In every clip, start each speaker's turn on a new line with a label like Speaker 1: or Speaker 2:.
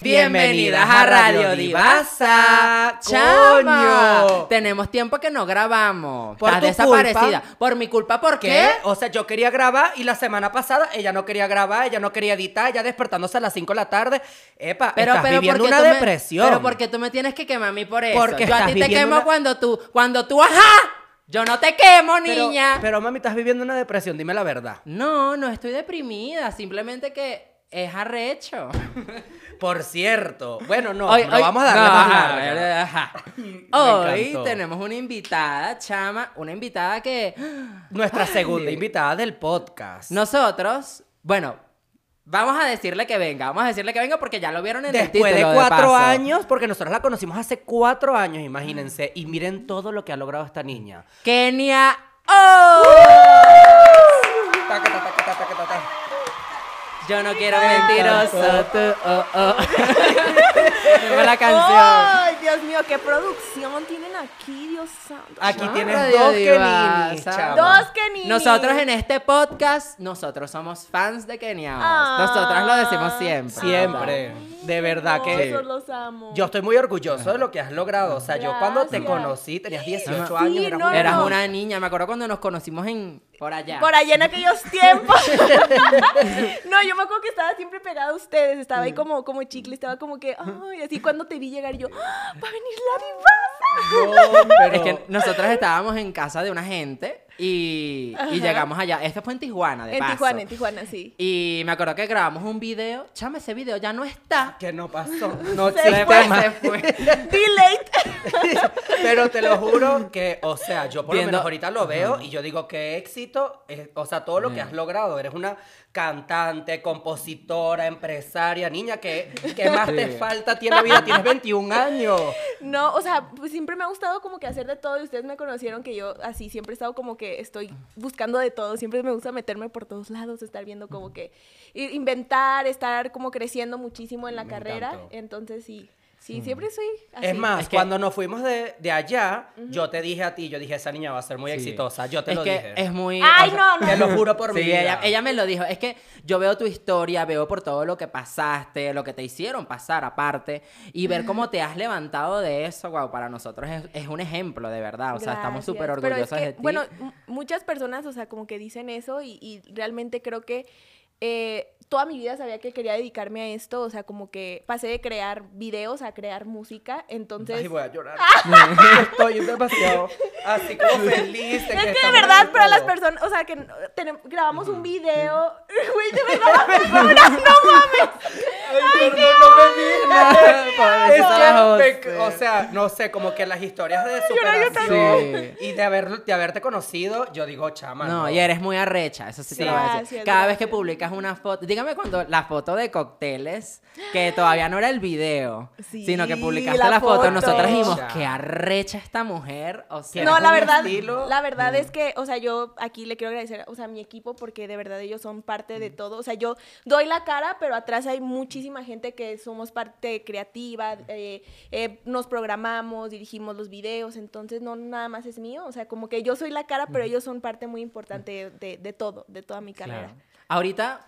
Speaker 1: Bienvenidas a Radio Divasa.
Speaker 2: Chama,
Speaker 1: Coño.
Speaker 2: Tenemos tiempo que no grabamos.
Speaker 1: Por
Speaker 2: Estás
Speaker 1: tu
Speaker 2: desaparecida.
Speaker 1: culpa.
Speaker 2: Por mi culpa, ¿por
Speaker 1: ¿Qué?
Speaker 2: qué?
Speaker 1: O sea, yo quería grabar y la semana pasada ella no quería grabar, ella no quería editar, ella despertándose a las 5 de la tarde. Epa, estás viviendo
Speaker 2: ¿por qué
Speaker 1: una
Speaker 2: tú me-
Speaker 1: depresión.
Speaker 2: pero porque tú me tienes que quemar a mí por eso.
Speaker 1: Porque
Speaker 2: yo a
Speaker 1: estás
Speaker 2: ti te
Speaker 1: viviendo
Speaker 2: quemo
Speaker 1: una-
Speaker 2: cuando tú, cuando tú, ajá. Yo no te quemo,
Speaker 1: Pero-
Speaker 2: niña.
Speaker 1: pero mami, estás viviendo una depresión, dime la verdad.
Speaker 2: No, no estoy deprimida. Simplemente que es arrecho.
Speaker 1: Por cierto. Bueno, no,
Speaker 2: Hoy-
Speaker 1: no
Speaker 2: hoy-
Speaker 1: vamos a darle
Speaker 2: no,
Speaker 1: más
Speaker 2: ajá,
Speaker 1: larga.
Speaker 2: ajá.
Speaker 1: Me
Speaker 2: Hoy
Speaker 1: encantó.
Speaker 2: tenemos una invitada, chama, una invitada que
Speaker 1: Nuestra segunda invitada del podcast.
Speaker 2: Nosotros, bueno, vamos a decirle que venga, vamos a decirle que venga porque ya lo vieron en el título.
Speaker 1: Después de
Speaker 2: paso.
Speaker 1: cuatro años, porque nosotros la conocimos hace cuatro años, imagínense. Y miren todo lo que ha logrado esta niña.
Speaker 2: Kenia ¡Oh!
Speaker 1: Taca, taca, taca, taca, taca.
Speaker 2: Yo no quiero mentiroso, tú, oh, oh. Fue
Speaker 1: Oh.
Speaker 2: la canción.
Speaker 3: Ay, Dios mío, qué producción tienen aquí, Dios santo.
Speaker 1: Aquí
Speaker 2: Ah,
Speaker 1: tienes
Speaker 2: Radio
Speaker 1: dos
Speaker 2: Diva,
Speaker 1: Keninis,
Speaker 2: ¿sabes?
Speaker 1: chama.
Speaker 3: Dos Keninis.
Speaker 2: Nosotros en este podcast, nosotros somos fans de Kenia.
Speaker 3: Ah.
Speaker 2: Nosotras lo decimos siempre.
Speaker 1: Siempre. De verdad que.
Speaker 3: Hermosos, los amo.
Speaker 1: Yo estoy muy orgulloso de lo que has logrado. O sea, yo cuando te
Speaker 3: Gracias.
Speaker 1: conocí tenías 18
Speaker 2: Sí,
Speaker 1: años. eras
Speaker 3: no,
Speaker 1: una-
Speaker 2: Eras una niña, me acuerdo cuando nos conocimos en por allá.
Speaker 3: Por allá en aquellos tiempos. no, yo me acuerdo que estaba siempre pegada a ustedes. Estaba
Speaker 1: Mm.
Speaker 3: ahí como, como chicle, estaba como que, ay, así cuando te vi llegar yo, ¡Ah, va a venir la divasa.
Speaker 1: No, pero-
Speaker 2: Es que nosotras estábamos en casa de una gente y, y llegamos allá. Esto fue en Tijuana, de
Speaker 3: En
Speaker 2: paso.
Speaker 3: Tijuana, en Tijuana, sí.
Speaker 2: Y me acuerdo que grabamos un video. Chame, ese video ya no está.
Speaker 1: que no pasó. No
Speaker 3: Se
Speaker 1: existe
Speaker 3: fue.
Speaker 1: más.
Speaker 2: Se fue.
Speaker 3: Delete.
Speaker 1: Pero te lo juro que, o sea, yo por
Speaker 2: Viendo-
Speaker 1: lo menos ahorita lo veo y yo digo qué éxito, eh, o sea, todo lo que has logrado. Eres una cantante, compositora, empresaria, niña, ¿qué, qué más te
Speaker 2: Sí.
Speaker 1: falta? Tiene vida, tienes 21 años.
Speaker 3: No, o sea, pues siempre me ha gustado como que hacer de todo y ustedes me conocieron que yo así siempre he estado como que estoy buscando de todo, siempre me gusta meterme por todos lados, estar viendo como que i- inventar, estar como creciendo muchísimo en la
Speaker 1: Me
Speaker 3: carrera,
Speaker 1: encantó.
Speaker 3: entonces sí, sí, siempre soy así.
Speaker 1: Es más,
Speaker 2: Es que-
Speaker 1: cuando nos fuimos de, de allá, yo te dije a ti, yo dije, esa niña va a ser muy
Speaker 2: Sí.
Speaker 1: exitosa. Yo te
Speaker 2: es
Speaker 1: lo
Speaker 2: que
Speaker 1: dije.
Speaker 2: Es muy.
Speaker 3: Ay,
Speaker 2: o sea,
Speaker 3: no, no.
Speaker 1: Te lo juro por
Speaker 2: sí,
Speaker 1: mi vida.
Speaker 2: ella, ella me lo dijo. Es que yo veo tu historia, veo por todo lo que pasaste, lo que te hicieron pasar aparte, y ver cómo te has levantado de eso, wow, para nosotros es, es un ejemplo, de verdad. O sea, estamos
Speaker 3: Gracias.
Speaker 2: súper
Speaker 3: Pero
Speaker 2: orgullosos
Speaker 3: es que,
Speaker 2: de ti.
Speaker 3: Bueno, m- muchas personas, o sea, como que dicen eso y, y realmente creo que eh, toda mi vida sabía que quería dedicarme a esto, o sea, como que pasé de crear videos a crear música, entonces...
Speaker 1: Ay, voy a llorar. Estoy demasiado así como feliz. de
Speaker 3: Es que de
Speaker 1: estamos
Speaker 3: verdad,
Speaker 1: haciendo
Speaker 3: para las
Speaker 1: todo.
Speaker 3: personas, o sea, que no- tenem- grabamos un video. Güey, de verdad, las personas, no mames.
Speaker 1: Ay, perdón, no me vi.
Speaker 2: Por eso la
Speaker 1: Es que
Speaker 2: hostia.
Speaker 1: me- o sea, no sé, como que las historias de
Speaker 2: también.
Speaker 1: superación y de, haber, de haberte conocido, yo digo, chama.
Speaker 2: No, y eres muy arrecha, eso sí, te
Speaker 3: Sí.
Speaker 2: lo voy a decir.
Speaker 3: Gracias,
Speaker 2: Cada vez que
Speaker 3: gracias.
Speaker 2: publicas una foto, dígame cuando la foto de cócteles, que todavía no era el video,
Speaker 3: Sí,
Speaker 2: sino que publicaste la,
Speaker 3: la
Speaker 2: foto,
Speaker 3: foto.
Speaker 2: nosotras dijimos,
Speaker 1: Arrecha.
Speaker 2: qué arrecha esta mujer, o sea,
Speaker 3: No,
Speaker 1: ¿Tienes
Speaker 3: la
Speaker 1: un
Speaker 3: verdad,
Speaker 1: estilo?
Speaker 3: la verdad es que, o sea, yo aquí le quiero agradecer, o sea, a mi equipo, porque de verdad ellos son parte de todo. O sea, yo doy la cara, pero atrás hay muchísima gente que somos parte creativa, eh, eh, nos programamos, dirigimos los videos, entonces no nada más es mío. O sea, como que yo soy la cara, pero ellos son parte muy importante de, de todo, de toda mi carrera.
Speaker 2: Claro. Ahorita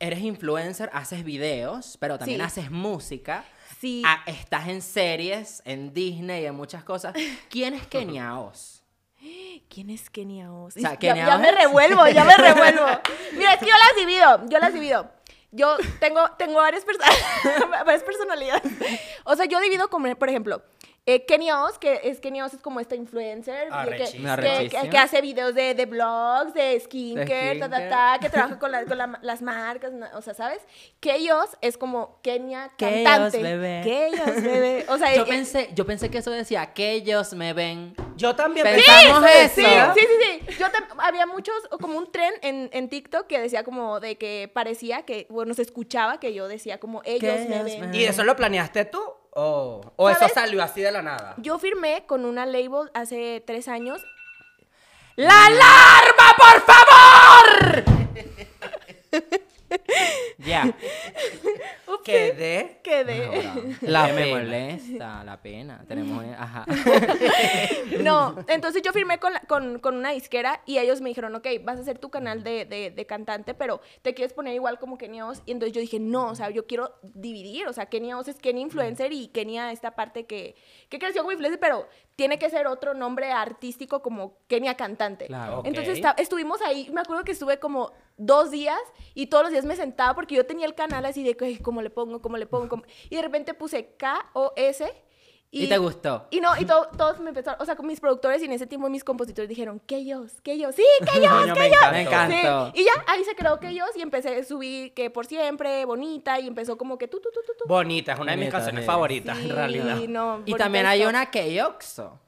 Speaker 2: eres influencer, haces videos, pero también
Speaker 3: Sí.
Speaker 2: haces música.
Speaker 3: Sí.
Speaker 2: Ah, estás en series, en Disney, en muchas cosas. ¿Quién es Kenia Oz?
Speaker 3: ¿Quién es Kenia Oz?
Speaker 2: O sea,
Speaker 3: Ya-
Speaker 2: Kenia
Speaker 3: ya,
Speaker 2: Oz
Speaker 3: me
Speaker 2: es-
Speaker 3: revuelvo, ya me revuelvo. Mira, es que yo las divido, yo las divido. Yo tengo, tengo varias, perso- varias personalidades. O sea, yo divido como, por ejemplo, eh, Kenia Oz, que es Kenia Oz es como esta influencer de que,
Speaker 1: Arrechísima.
Speaker 3: que- que- que hace videos de, de blogs, de skincare, ta, ta, ta, que trabaja con, la- con la- las marcas, na- o sea, ¿sabes? Kenios es como Kenia
Speaker 2: Kenios,
Speaker 3: cantante.
Speaker 2: bebé.
Speaker 3: Kenios, bebé. O sea,
Speaker 2: Yo
Speaker 3: eh,
Speaker 2: pensé, yo pensé que eso decía que ellos me ven.
Speaker 1: Yo también
Speaker 2: Pero-
Speaker 1: pensaba-
Speaker 2: Pensamos
Speaker 3: sí,
Speaker 2: eso.
Speaker 3: Sí, sí, sí. Yo tam- había muchos, o como un tren en, en TikTok que decía como de que parecía que, bueno, se escuchaba que yo decía como ellos me
Speaker 2: ellos me
Speaker 3: ven.
Speaker 1: ¿Y eso lo planeaste tú? ¿O, o eso
Speaker 3: ¿Sabes?
Speaker 1: salió así de la nada?
Speaker 3: Yo firmé con una label hace tres años.
Speaker 2: ¡La alarma, por favor! Ya.
Speaker 3: Ups,
Speaker 1: quedé.
Speaker 3: Quedé.
Speaker 1: La
Speaker 2: La me
Speaker 1: pena.
Speaker 2: molesta, la pena. Tenemos una- Ajá.
Speaker 3: No, entonces yo firmé con, la- con, con una disquera y ellos me dijeron, ok, vas a hacer tu canal de, de- de cantante, pero te quieres poner igual como Kenia Oz. Y entonces yo dije, no, o sea, yo quiero dividir. O sea, Kenia Oz es Kenia Influencer y Kenia esta parte que, que creció como influencer, pero tiene que ser otro nombre artístico como Kenia Cantante.
Speaker 2: Claro.
Speaker 1: Ok.
Speaker 3: Entonces esta- estuvimos ahí, me acuerdo que estuve como dos días y todos los días me sentaba porque yo tenía el canal así de, que, "Ay, ¿cómo le pongo? ¿Cómo le pongo? ¿Cómo?". Y de repente puse K-O-S.
Speaker 2: ¿Y te gustó?
Speaker 3: Y no, y to- todos me empezaron, o sea, con mis productores y en ese tiempo mis compositores dijeron, que ellos, que ellos, sí, que ellos,
Speaker 1: Coño, me
Speaker 3: que ellos.
Speaker 1: encantó.
Speaker 2: Me encanta. Exacto.
Speaker 3: Sí, Y ya ahí se creó que ellos y empecé a subir que por siempre, bonita, y empezó como que tú, tú, tú, tú, tú.
Speaker 1: Bonita, es una de mis
Speaker 2: Bonita,
Speaker 1: canciones
Speaker 2: sí.
Speaker 1: favoritas, en realidad.
Speaker 3: Sí, no,
Speaker 2: Y
Speaker 3: bonita
Speaker 2: también hay
Speaker 3: esto.
Speaker 2: una Keyoxo.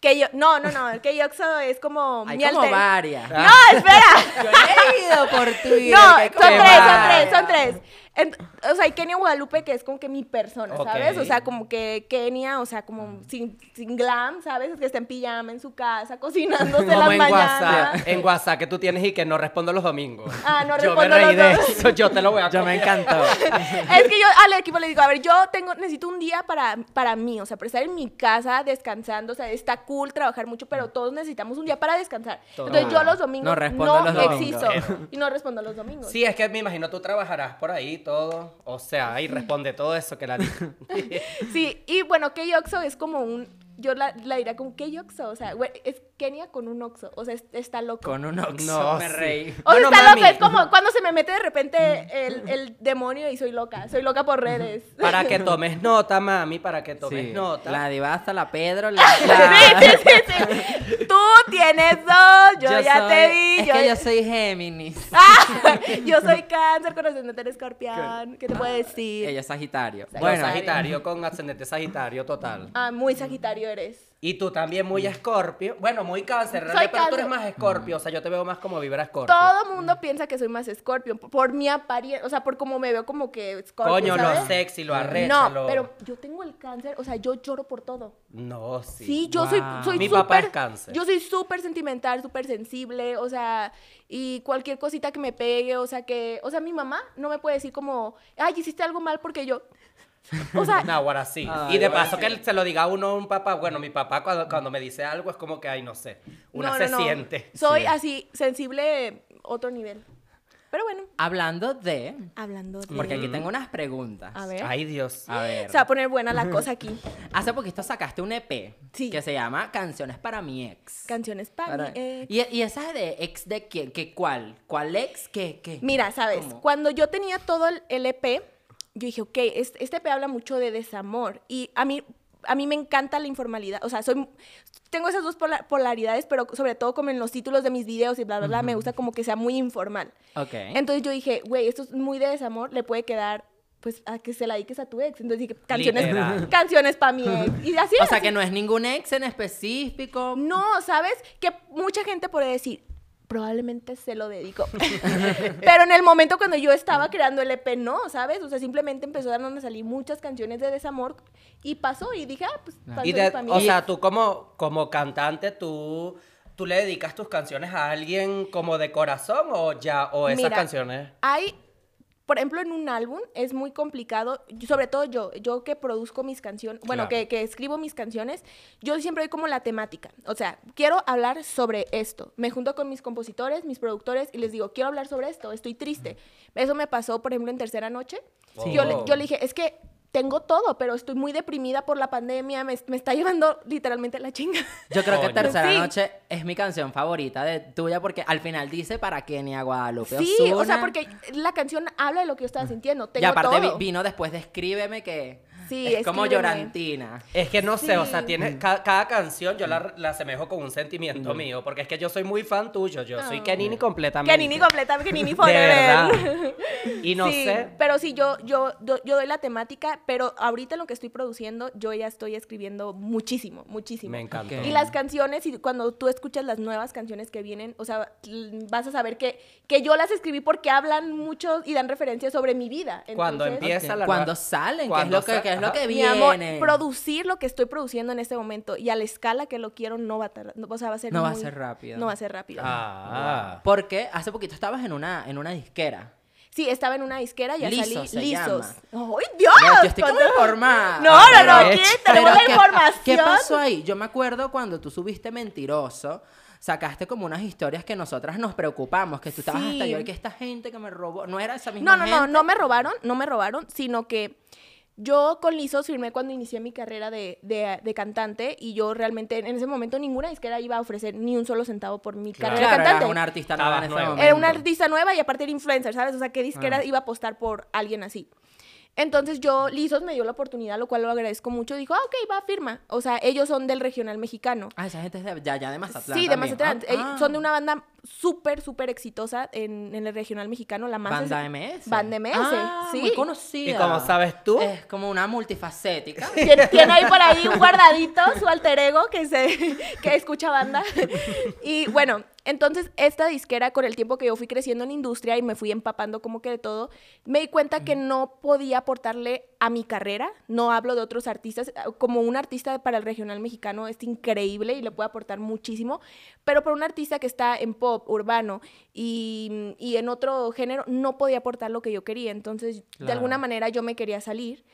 Speaker 3: Que yo, no, no, no, que Yoxo es como
Speaker 2: Hay
Speaker 3: mi
Speaker 2: como
Speaker 3: alter-
Speaker 2: varias.
Speaker 1: Ah,
Speaker 3: No, espera.
Speaker 2: Yo he ido por Twitter.
Speaker 3: No,
Speaker 2: que hay
Speaker 3: son
Speaker 2: como
Speaker 3: tres, son tres,
Speaker 2: varias.
Speaker 3: son tres. Ent- o sea, hay Kenia Guadalupe, que es como que mi persona,
Speaker 1: Ok.
Speaker 3: ¿sabes? O sea, como que Kenia, o sea, como sin, sin glam, ¿sabes? Que está en pijama en su casa, cocinándose
Speaker 1: Como
Speaker 3: las
Speaker 1: en
Speaker 3: mañanas.
Speaker 1: WhatsApp, en WhatsApp que tú tienes y que no respondo los domingos.
Speaker 3: Ah, no
Speaker 1: yo
Speaker 3: respondo
Speaker 1: me reí
Speaker 3: los
Speaker 1: de
Speaker 3: domingos.
Speaker 1: eso, yo te lo voy a
Speaker 2: Yo me encantó.
Speaker 3: Es que yo al equipo le digo, a ver, yo tengo, necesito un día para, para mí, o sea, para estar en mi casa descansando, o sea, está cool trabajar mucho, pero todos necesitamos un día para descansar.
Speaker 1: Total.
Speaker 3: Entonces yo los domingos
Speaker 2: No
Speaker 3: no,
Speaker 2: respondo los domingos.
Speaker 3: existo y no respondo los domingos.
Speaker 1: Sí, es que me imagino tú trabajarás por ahí todo. O sea, ahí responde todo eso que la
Speaker 3: Sí, y bueno, Key Oxo es como un. Yo la, la diría como Key Oxo. O sea, güey, es Kenia con un Oxo. O sea, es- está loco.
Speaker 2: Con un Oxo.
Speaker 1: No,
Speaker 2: me
Speaker 1: sí.
Speaker 2: reí.
Speaker 3: O sea,
Speaker 1: Bueno,
Speaker 3: está
Speaker 1: mami.
Speaker 3: loco. Es como cuando se me mete de repente el, el demonio y soy loca. Soy loca por redes.
Speaker 1: Para que tomes nota, mami, para que tomes
Speaker 2: Sí.
Speaker 1: nota.
Speaker 2: La divasa, la Pedro, la... la-
Speaker 3: Sí, sí, sí, sí. Tú tienes dos. Yo, ya
Speaker 2: soy-
Speaker 3: te vi.
Speaker 2: Es
Speaker 3: yo...
Speaker 2: que yo soy Géminis.
Speaker 3: ¡Ah! yo soy cáncer con ascendente en escorpión. ¿Qué te puedo
Speaker 1: Ah,
Speaker 3: decir?
Speaker 2: Ella es Sagitario.
Speaker 1: No,
Speaker 2: Bueno,
Speaker 1: Sagitario con ascendente Sagitario total.
Speaker 3: Ah, muy sagitario eres.
Speaker 1: Y tú también muy escorpio. Bueno, muy cáncer, en
Speaker 3: Soy
Speaker 1: realidad, pero tú
Speaker 3: cáncer.
Speaker 1: eres más escorpio. O sea, yo te veo más como vibra escorpio.
Speaker 3: Todo
Speaker 1: Mm.
Speaker 3: mundo piensa que soy más escorpio por- por mi apariencia, o sea, por cómo me veo como que escorpio,
Speaker 1: Coño,
Speaker 3: ¿sabes?
Speaker 1: lo sexy, lo arrecha,
Speaker 3: No,
Speaker 1: lo-
Speaker 3: pero yo tengo el cáncer, o sea, yo lloro por todo.
Speaker 1: No, sí.
Speaker 3: Sí, yo soy,
Speaker 2: Wow.
Speaker 3: soy
Speaker 1: Mi papá
Speaker 3: súper-
Speaker 1: es cáncer.
Speaker 3: Yo soy súper sentimental, súper sensible, o sea, y cualquier cosita que me pegue, o sea, que, o sea, mi mamá no me puede decir como, ay, hiciste algo mal porque yo, o sea,
Speaker 1: Nahuara sí.
Speaker 2: Ay,
Speaker 1: y de
Speaker 2: ahora
Speaker 1: paso que él se lo diga a uno a un papá. Bueno, mi papá cuando, cuando me dice algo es como que, ay, no sé. Una
Speaker 3: no,
Speaker 1: se
Speaker 3: no, no.
Speaker 1: siente.
Speaker 3: Soy
Speaker 2: Sí.
Speaker 3: así, sensible, otro nivel. Pero bueno,
Speaker 2: hablando de...
Speaker 3: hablando de...
Speaker 2: Porque aquí tengo unas preguntas.
Speaker 3: Mm. A ver.
Speaker 1: Ay, Dios.
Speaker 2: A ver.
Speaker 3: Se va a poner buena la cosa aquí.
Speaker 2: Hace poquito sacaste un EP
Speaker 3: Sí.
Speaker 2: que se llama Canciones para mi ex.
Speaker 3: Canciones para...
Speaker 2: Para-
Speaker 3: mí, eh,
Speaker 2: ¿Y, y esa de ex de quién? ¿Qué cuál? ¿Cuál ex? ¿Qué? qué?
Speaker 3: Mira, ¿sabes?
Speaker 2: ¿Cómo?
Speaker 3: Cuando yo tenía todo el- el EP, yo dije, ok, es- este EP habla mucho de desamor. Y a mí, a mí me encanta la informalidad. O sea, soy, tengo esas dos pola- polaridades, pero sobre todo como en los títulos de mis videos y bla, bla, bla, me gusta como que sea muy informal.
Speaker 2: Ok.
Speaker 3: Entonces yo dije, güey, esto es muy de desamor, le puede quedar, pues, a que se la dediques a tu ex. Entonces dije, canciones,
Speaker 1: Literal.
Speaker 3: canciones para mi ex. Y así
Speaker 2: o sea
Speaker 3: así.
Speaker 2: que no es ningún ex en específico.
Speaker 3: No, ¿sabes? Que mucha gente puede decir, probablemente se lo dedico. Pero en el momento cuando yo estaba creando el EP, no, ¿sabes? O sea, simplemente empezaron a salir muchas canciones de desamor y pasó y dije, ah, pues,
Speaker 1: Y
Speaker 3: canciones
Speaker 1: de-
Speaker 3: pa' mí.
Speaker 1: o sea, tú como, como cantante, tú, tú le dedicas tus canciones a alguien como de corazón o ya, o esas
Speaker 3: Mira,
Speaker 1: canciones.
Speaker 3: Hay, por ejemplo, en un álbum es muy complicado, y sobre todo yo, yo que produzco mis canciones,
Speaker 1: Claro.
Speaker 3: bueno, que, que escribo mis canciones, yo siempre doy como la temática. O sea, quiero hablar sobre esto. Me junto con mis compositores, mis productores y les digo, quiero hablar sobre esto, estoy triste. Eso me pasó, por ejemplo, en Tercera Noche.
Speaker 1: Sí.
Speaker 3: Yo, le,
Speaker 1: Wow.
Speaker 3: yo le dije, es que tengo todo, pero estoy muy deprimida por la pandemia, me, me está llevando literalmente la chinga.
Speaker 2: Yo creo que
Speaker 1: Coño.
Speaker 2: Tercera
Speaker 3: Sí.
Speaker 2: Noche es mi canción favorita de tuya porque al final dice para Kenia Guadalupe
Speaker 3: Sí, o sea,
Speaker 2: Ozuna.
Speaker 3: porque la canción habla de lo que yo estaba sintiendo. Tengo
Speaker 2: Y aparte vi-
Speaker 3: todo.
Speaker 2: vino después de Escríbeme que
Speaker 3: Sí,
Speaker 2: es como
Speaker 3: Escríbeme.
Speaker 2: llorantina.
Speaker 1: Es que no sé, o sea,
Speaker 3: Sí.
Speaker 1: tienes ca- cada canción yo la, la asemejo con un sentimiento mío, porque es que yo soy muy fan tuyo, yo soy
Speaker 3: Ah.
Speaker 1: Kenini completamente.
Speaker 3: Que Nini completa, que Nini
Speaker 1: De verdad.
Speaker 3: forever.
Speaker 1: Y no
Speaker 3: Sí,
Speaker 1: sé,
Speaker 3: Pero sí, yo, yo, do- yo doy la temática, pero ahorita en lo que estoy produciendo, yo ya estoy escribiendo muchísimo, muchísimo.
Speaker 1: me encantó.
Speaker 2: Ok.
Speaker 3: Y las canciones, y cuando tú escuchas las nuevas canciones que vienen, o sea, l- vas a saber que, que yo las escribí porque hablan mucho y dan referencias sobre mi vida.
Speaker 1: Cuando
Speaker 3: Entonces,
Speaker 1: empieza la nueva-
Speaker 2: Cuando salen, que es
Speaker 1: Cuando
Speaker 2: lo que,
Speaker 1: sa-
Speaker 2: que es lo que
Speaker 3: Mi
Speaker 2: viene.
Speaker 3: amor, producir lo que estoy produciendo en este momento y a la escala que lo quiero no va a tardar, no- o sea, va a ser
Speaker 2: No va a
Speaker 3: muy-
Speaker 2: ser rápido.
Speaker 3: No va a ser rápido.
Speaker 1: Ah,
Speaker 2: Porque hace poquito estabas en una, en una disquera.
Speaker 3: Sí, estaba en una disquera, ya
Speaker 2: Liso
Speaker 3: salí
Speaker 2: se
Speaker 3: lisos.
Speaker 2: llama.
Speaker 3: ¡Ay, Dios!
Speaker 2: No, yo estoy como
Speaker 3: ¿Cuánto-
Speaker 2: informada.
Speaker 3: No, no, no,
Speaker 1: Pero-
Speaker 3: aquí tenemos la
Speaker 2: ¿qué-
Speaker 3: información.
Speaker 2: ¿Qué pasó ahí? Yo me acuerdo cuando tú subiste mentiroso. Sacaste como unas historias que nosotras nos preocupamos, que tú estabas
Speaker 3: Sí.
Speaker 2: hasta yo, que esta gente que me robó, no era esa misma
Speaker 3: No, no, no, no me robaron, no me robaron, sino que yo con Lisos firmé cuando inicié mi carrera de, de- de cantante y yo realmente en ese momento ninguna disquera iba a ofrecer ni un solo centavo por mi
Speaker 1: Claro.
Speaker 2: Claro,
Speaker 3: carrera de
Speaker 2: eras
Speaker 3: cantante.
Speaker 2: una artista nueva
Speaker 1: Estabas
Speaker 2: en ese
Speaker 1: nueva.
Speaker 2: momento.
Speaker 3: Era una artista nueva y aparte era influencer, ¿sabes? O sea, ¿qué disquera
Speaker 2: Ah.
Speaker 3: iba a apostar por alguien así? Entonces yo, Lisos me dio la oportunidad, lo cual lo agradezco mucho. Dijo, ah, ok, va, firma. O sea, ellos son del regional mexicano.
Speaker 2: Ah, esa gente es de, ya, ya de Mazatlán.
Speaker 3: Sí, de
Speaker 2: también.
Speaker 3: Mazatlán.
Speaker 2: Ah,
Speaker 3: Ellos
Speaker 2: ah.
Speaker 3: Son de una banda súper, súper exitosa en, en el regional mexicano, la más...
Speaker 2: Banda
Speaker 3: es-
Speaker 2: MS.
Speaker 3: Banda MS,
Speaker 2: Ah,
Speaker 3: sí.
Speaker 2: Muy conocida.
Speaker 1: ¿Y cómo sabes tú?
Speaker 2: Es como una multifacética.
Speaker 3: Tiene, tiene ahí por ahí un guardadito, su alter ego, que, se, que escucha banda. Y bueno, entonces esta disquera, con el tiempo que yo fui creciendo en industria y me fui empapando como que de todo, me di cuenta que no podía aportarle a mi carrera. No hablo de otros artistas. Como un artista para el regional mexicano es increíble y le puede aportar muchísimo. Pero para un artista que está en pop, urbano y, y en otro género, no podía aportar lo que yo quería. Entonces, de
Speaker 2: Claro.
Speaker 3: alguna manera yo me quería salir.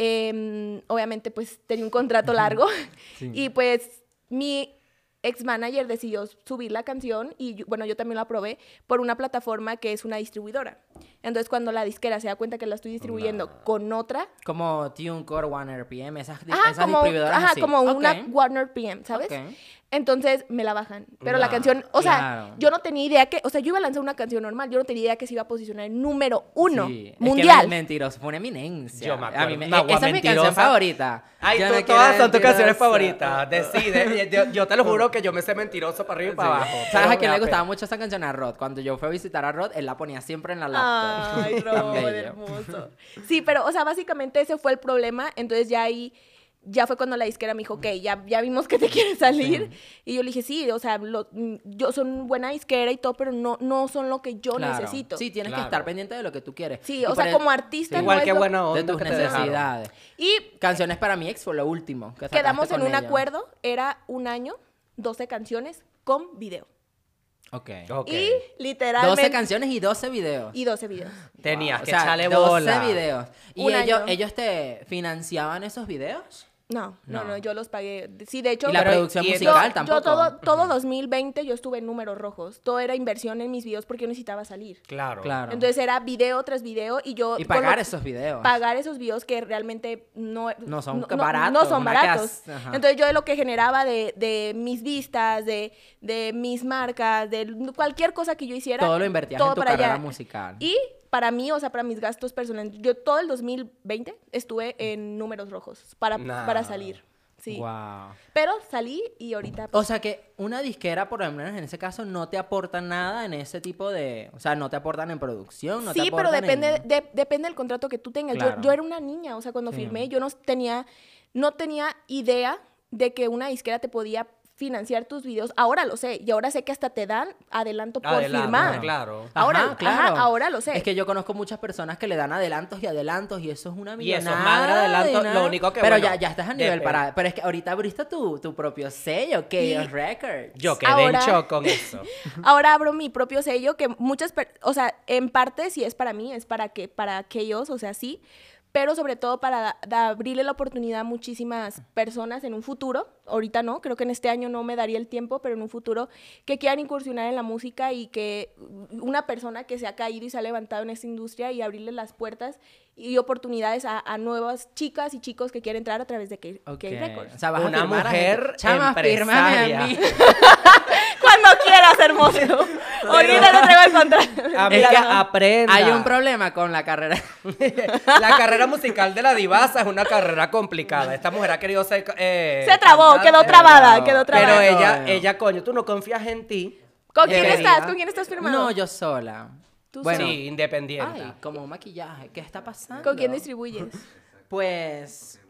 Speaker 3: Em, obviamente, pues tenía un contrato largo. Y pues mi ex manager decidió subir la canción y yo- bueno, yo también la probé por una plataforma que es una distribuidora. Entonces, cuando la disquera se da cuenta que la estoy distribuyendo con otra,
Speaker 2: Como TuneCore, One RPM, esas, di-
Speaker 3: ajá,
Speaker 2: esas
Speaker 3: como,
Speaker 2: distribuidoras
Speaker 3: ajá,
Speaker 2: así.
Speaker 3: como
Speaker 2: Ok,
Speaker 3: una Warner PM, ¿sabes?
Speaker 2: ok.
Speaker 3: Entonces me la bajan. Pero la
Speaker 1: Nah,
Speaker 3: canción, o sea,
Speaker 2: claro.
Speaker 3: yo no tenía idea que, o sea, yo iba a lanzar una canción normal, yo no tenía idea que se iba a posicionar en número uno
Speaker 2: Sí, es que
Speaker 3: Pues mundial.
Speaker 2: men- mentiroso, fue una eminencia.
Speaker 1: Yo me acuerdo,
Speaker 2: A mí me-
Speaker 1: una
Speaker 2: eh,
Speaker 1: guapa
Speaker 2: esa es mi canción
Speaker 1: mentirosa.
Speaker 2: favorita.
Speaker 1: Ay,
Speaker 2: Yo
Speaker 1: tú-
Speaker 2: no quiero
Speaker 1: todas son tus canciones
Speaker 2: mentirosa.
Speaker 1: favoritas. Decide. Yo, yo te lo juro que yo me sé mentiroso para arriba y para abajo.
Speaker 2: ¿Sabes
Speaker 1: pero
Speaker 2: a quién
Speaker 1: me
Speaker 2: le
Speaker 1: da
Speaker 2: gustaba mucho esa canción a Rod? Cuando yo fui a visitar a Rod, él la ponía siempre en la laptop.
Speaker 3: Ay,
Speaker 2: Tan
Speaker 3: Rod,
Speaker 2: bello.
Speaker 3: hermoso. Sí, pero, o sea, básicamente ese fue el problema. Entonces ya ahí, ya fue cuando la disquera me dijo, ok, ya, ya vimos que te quieres salir. Y yo le dije, sí, o sea, lo- mm, yo son buena disquera y todo, pero no, no son lo que yo
Speaker 2: Claro.
Speaker 3: necesito.
Speaker 2: Sí, tienes
Speaker 1: Claro.
Speaker 2: que estar pendiente de lo que tú quieres.
Speaker 3: Sí,
Speaker 2: Y
Speaker 3: o
Speaker 2: por e
Speaker 3: sea,
Speaker 2: el-
Speaker 3: como artista
Speaker 1: pena.
Speaker 3: no
Speaker 1: Igual
Speaker 3: es
Speaker 1: que
Speaker 3: lo-
Speaker 1: buena
Speaker 2: de
Speaker 1: onda.
Speaker 2: tus
Speaker 1: que te dejaron.
Speaker 2: necesidades.
Speaker 3: Y
Speaker 2: Canciones para mi ex fue lo último. que sacaste
Speaker 3: quedamos en
Speaker 2: con
Speaker 3: un
Speaker 2: ella.
Speaker 3: acuerdo, era un año, 12 canciones con video.
Speaker 2: Ok.
Speaker 1: Ok.
Speaker 3: Y literalmente...
Speaker 2: 12 canciones y 12 videos.
Speaker 3: Y 12 videos.
Speaker 1: Tenías
Speaker 2: Wow,
Speaker 1: que
Speaker 2: o sea,
Speaker 1: echarle
Speaker 2: 12
Speaker 1: bola.
Speaker 2: videos. ¿Y
Speaker 3: Un
Speaker 2: ellos,
Speaker 3: año.
Speaker 2: ellos te financiaban esos videos?
Speaker 3: No, no,
Speaker 2: No.
Speaker 3: no, yo los pagué. Sí, de hecho...
Speaker 2: y la
Speaker 1: pero-
Speaker 2: producción
Speaker 1: y-
Speaker 2: musical
Speaker 3: yo,
Speaker 2: tampoco.
Speaker 3: Yo Eh, todo, todo 2020 yo estuve en números rojos. Todo era inversión en mis videos porque yo necesitaba salir.
Speaker 1: Claro.
Speaker 2: Claro.
Speaker 3: Entonces era video tras video y yo...
Speaker 2: y
Speaker 3: con Oh, lo-
Speaker 2: pagar esos videos.
Speaker 3: Pagar esos videos que realmente no... e-,
Speaker 2: No son
Speaker 3: no-
Speaker 2: baratos,
Speaker 3: No son
Speaker 2: una que
Speaker 3: baratos.
Speaker 2: has- ajá.
Speaker 3: Entonces yo de lo que generaba de, de mis vistas, de, de mis marcas, de cualquier cosa que yo hiciera...
Speaker 2: todo lo invertías
Speaker 3: todo
Speaker 2: en tu
Speaker 3: para
Speaker 2: carrera
Speaker 3: allá.
Speaker 2: musical.
Speaker 3: Y para mí, o sea, para mis gastos personales, yo todo el 2020 estuve en números rojos para,
Speaker 1: Nah.
Speaker 3: para salir. Sí.
Speaker 2: Wow.
Speaker 3: Pero salí y ahorita...
Speaker 2: O sea que una disquera, por lo menos en ese caso, no te aporta nada en ese tipo de. O sea, no te aportan en producción, no te
Speaker 3: sí, pero
Speaker 2: aportan
Speaker 3: depende,
Speaker 2: en-
Speaker 3: de- depende del contrato que tú tengas. Yo-
Speaker 2: Claro.
Speaker 3: Yo, era una niña, o sea, cuando firmé, yo no tenía, no tenía idea de que una disquera te podía financiar tus videos. Ahora lo sé, y ahora sé que hasta te dan adelanto por
Speaker 1: Adelanto,
Speaker 3: firmar.
Speaker 1: Claro.
Speaker 2: Ajá,
Speaker 3: Ahora, ajá, ahora lo sé.
Speaker 2: Es que yo conozco muchas personas que le dan adelantos y adelantos y eso es una
Speaker 1: Y eso es
Speaker 2: millonada.
Speaker 1: madre de adelanto,
Speaker 2: nada.
Speaker 1: lo único que,
Speaker 2: Pero
Speaker 1: bueno,
Speaker 2: ya, ya estás a nivel
Speaker 1: depende.
Speaker 2: para. Pero es que ahorita abriste tu, tu propio sello, Chaos
Speaker 3: Y-
Speaker 2: Records.
Speaker 1: Yo quedé
Speaker 3: Ahora-
Speaker 1: en shock con eso.
Speaker 3: Ahora abro mi propio sello que muchas, per- o sea, en parte sí es para mí, es para que para aquellos, o sea, sí, pero sobre todo para da- da- abrirle la oportunidad a muchísimas personas en un futuro, ahorita no, creo que en este año no me daría el tiempo, pero en un futuro que quieran incursionar en la música y que una persona que se ha caído y se ha levantado en esta industria y abrirle las puertas y oportunidades a, a nuevas chicas y chicos que quieren entrar a través de K, K
Speaker 2: Ok.
Speaker 3: Records.
Speaker 2: O sea, vas a
Speaker 1: Una
Speaker 2: firmar a gente.
Speaker 1: mujer
Speaker 2: Chama, fírmame a
Speaker 1: empresaria.
Speaker 2: mí.
Speaker 3: Cuando quieras, hermoso. Ahorita te traigo el
Speaker 1: Ah,
Speaker 3: contrato.
Speaker 1: Amiga, aprenda.
Speaker 2: Hay un problema con la carrera.
Speaker 1: La carrera musical de la divasa es una carrera complicada. Esta mujer ha querido ser. eh,
Speaker 3: Se trabó,
Speaker 1: cantante.
Speaker 3: quedó trabada,
Speaker 2: Pero-
Speaker 3: quedó trabada.
Speaker 1: Pero
Speaker 2: Trabajo.
Speaker 1: ella,
Speaker 2: Bueno.
Speaker 1: ella, coño, tú no confías en ti.
Speaker 3: ¿Con quién
Speaker 1: Debería.
Speaker 3: estás? ¿Con quién estás firmado?
Speaker 2: No, yo sola.
Speaker 3: Tú
Speaker 2: bueno,
Speaker 1: sí, independiente.
Speaker 2: Ay, como un maquillaje. ¿Qué está pasando?
Speaker 3: ¿Con quién distribuyes?
Speaker 2: Pues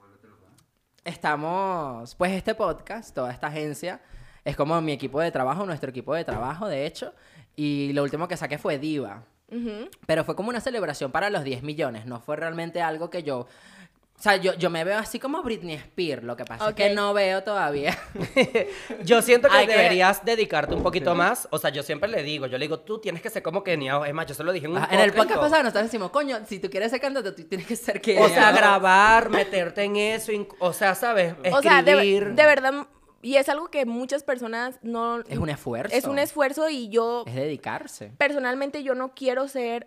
Speaker 2: estamos, pues este podcast, toda esta agencia, es como mi equipo de trabajo, nuestro equipo de trabajo, de hecho, y lo último que saqué fue Diva. Pero fue como una celebración para los 10 millones, no fue realmente algo que yo O sea, yo, yo me veo así como Britney Spears, lo que pasa es
Speaker 3: Ok.
Speaker 2: que no veo todavía.
Speaker 1: Yo siento que
Speaker 2: Hay que ver.
Speaker 1: deberías dedicarte un poquito más. O sea, yo siempre le digo, yo le digo, tú tienes que ser como Kenia. Es más, yo se lo dije en un
Speaker 2: Ah, en el podcast
Speaker 1: todo.
Speaker 2: pasado nosotros decimos, coño, si tú quieres ser cantante, tú tienes que ser que...
Speaker 1: O sea, grabar, meterte en eso, inc- o sea, ¿sabes? Escribir.
Speaker 3: O sea, de, de verdad, y es algo que muchas personas no...
Speaker 2: Es un esfuerzo.
Speaker 3: Es un esfuerzo y yo,
Speaker 2: Es dedicarse.
Speaker 3: personalmente, yo no quiero ser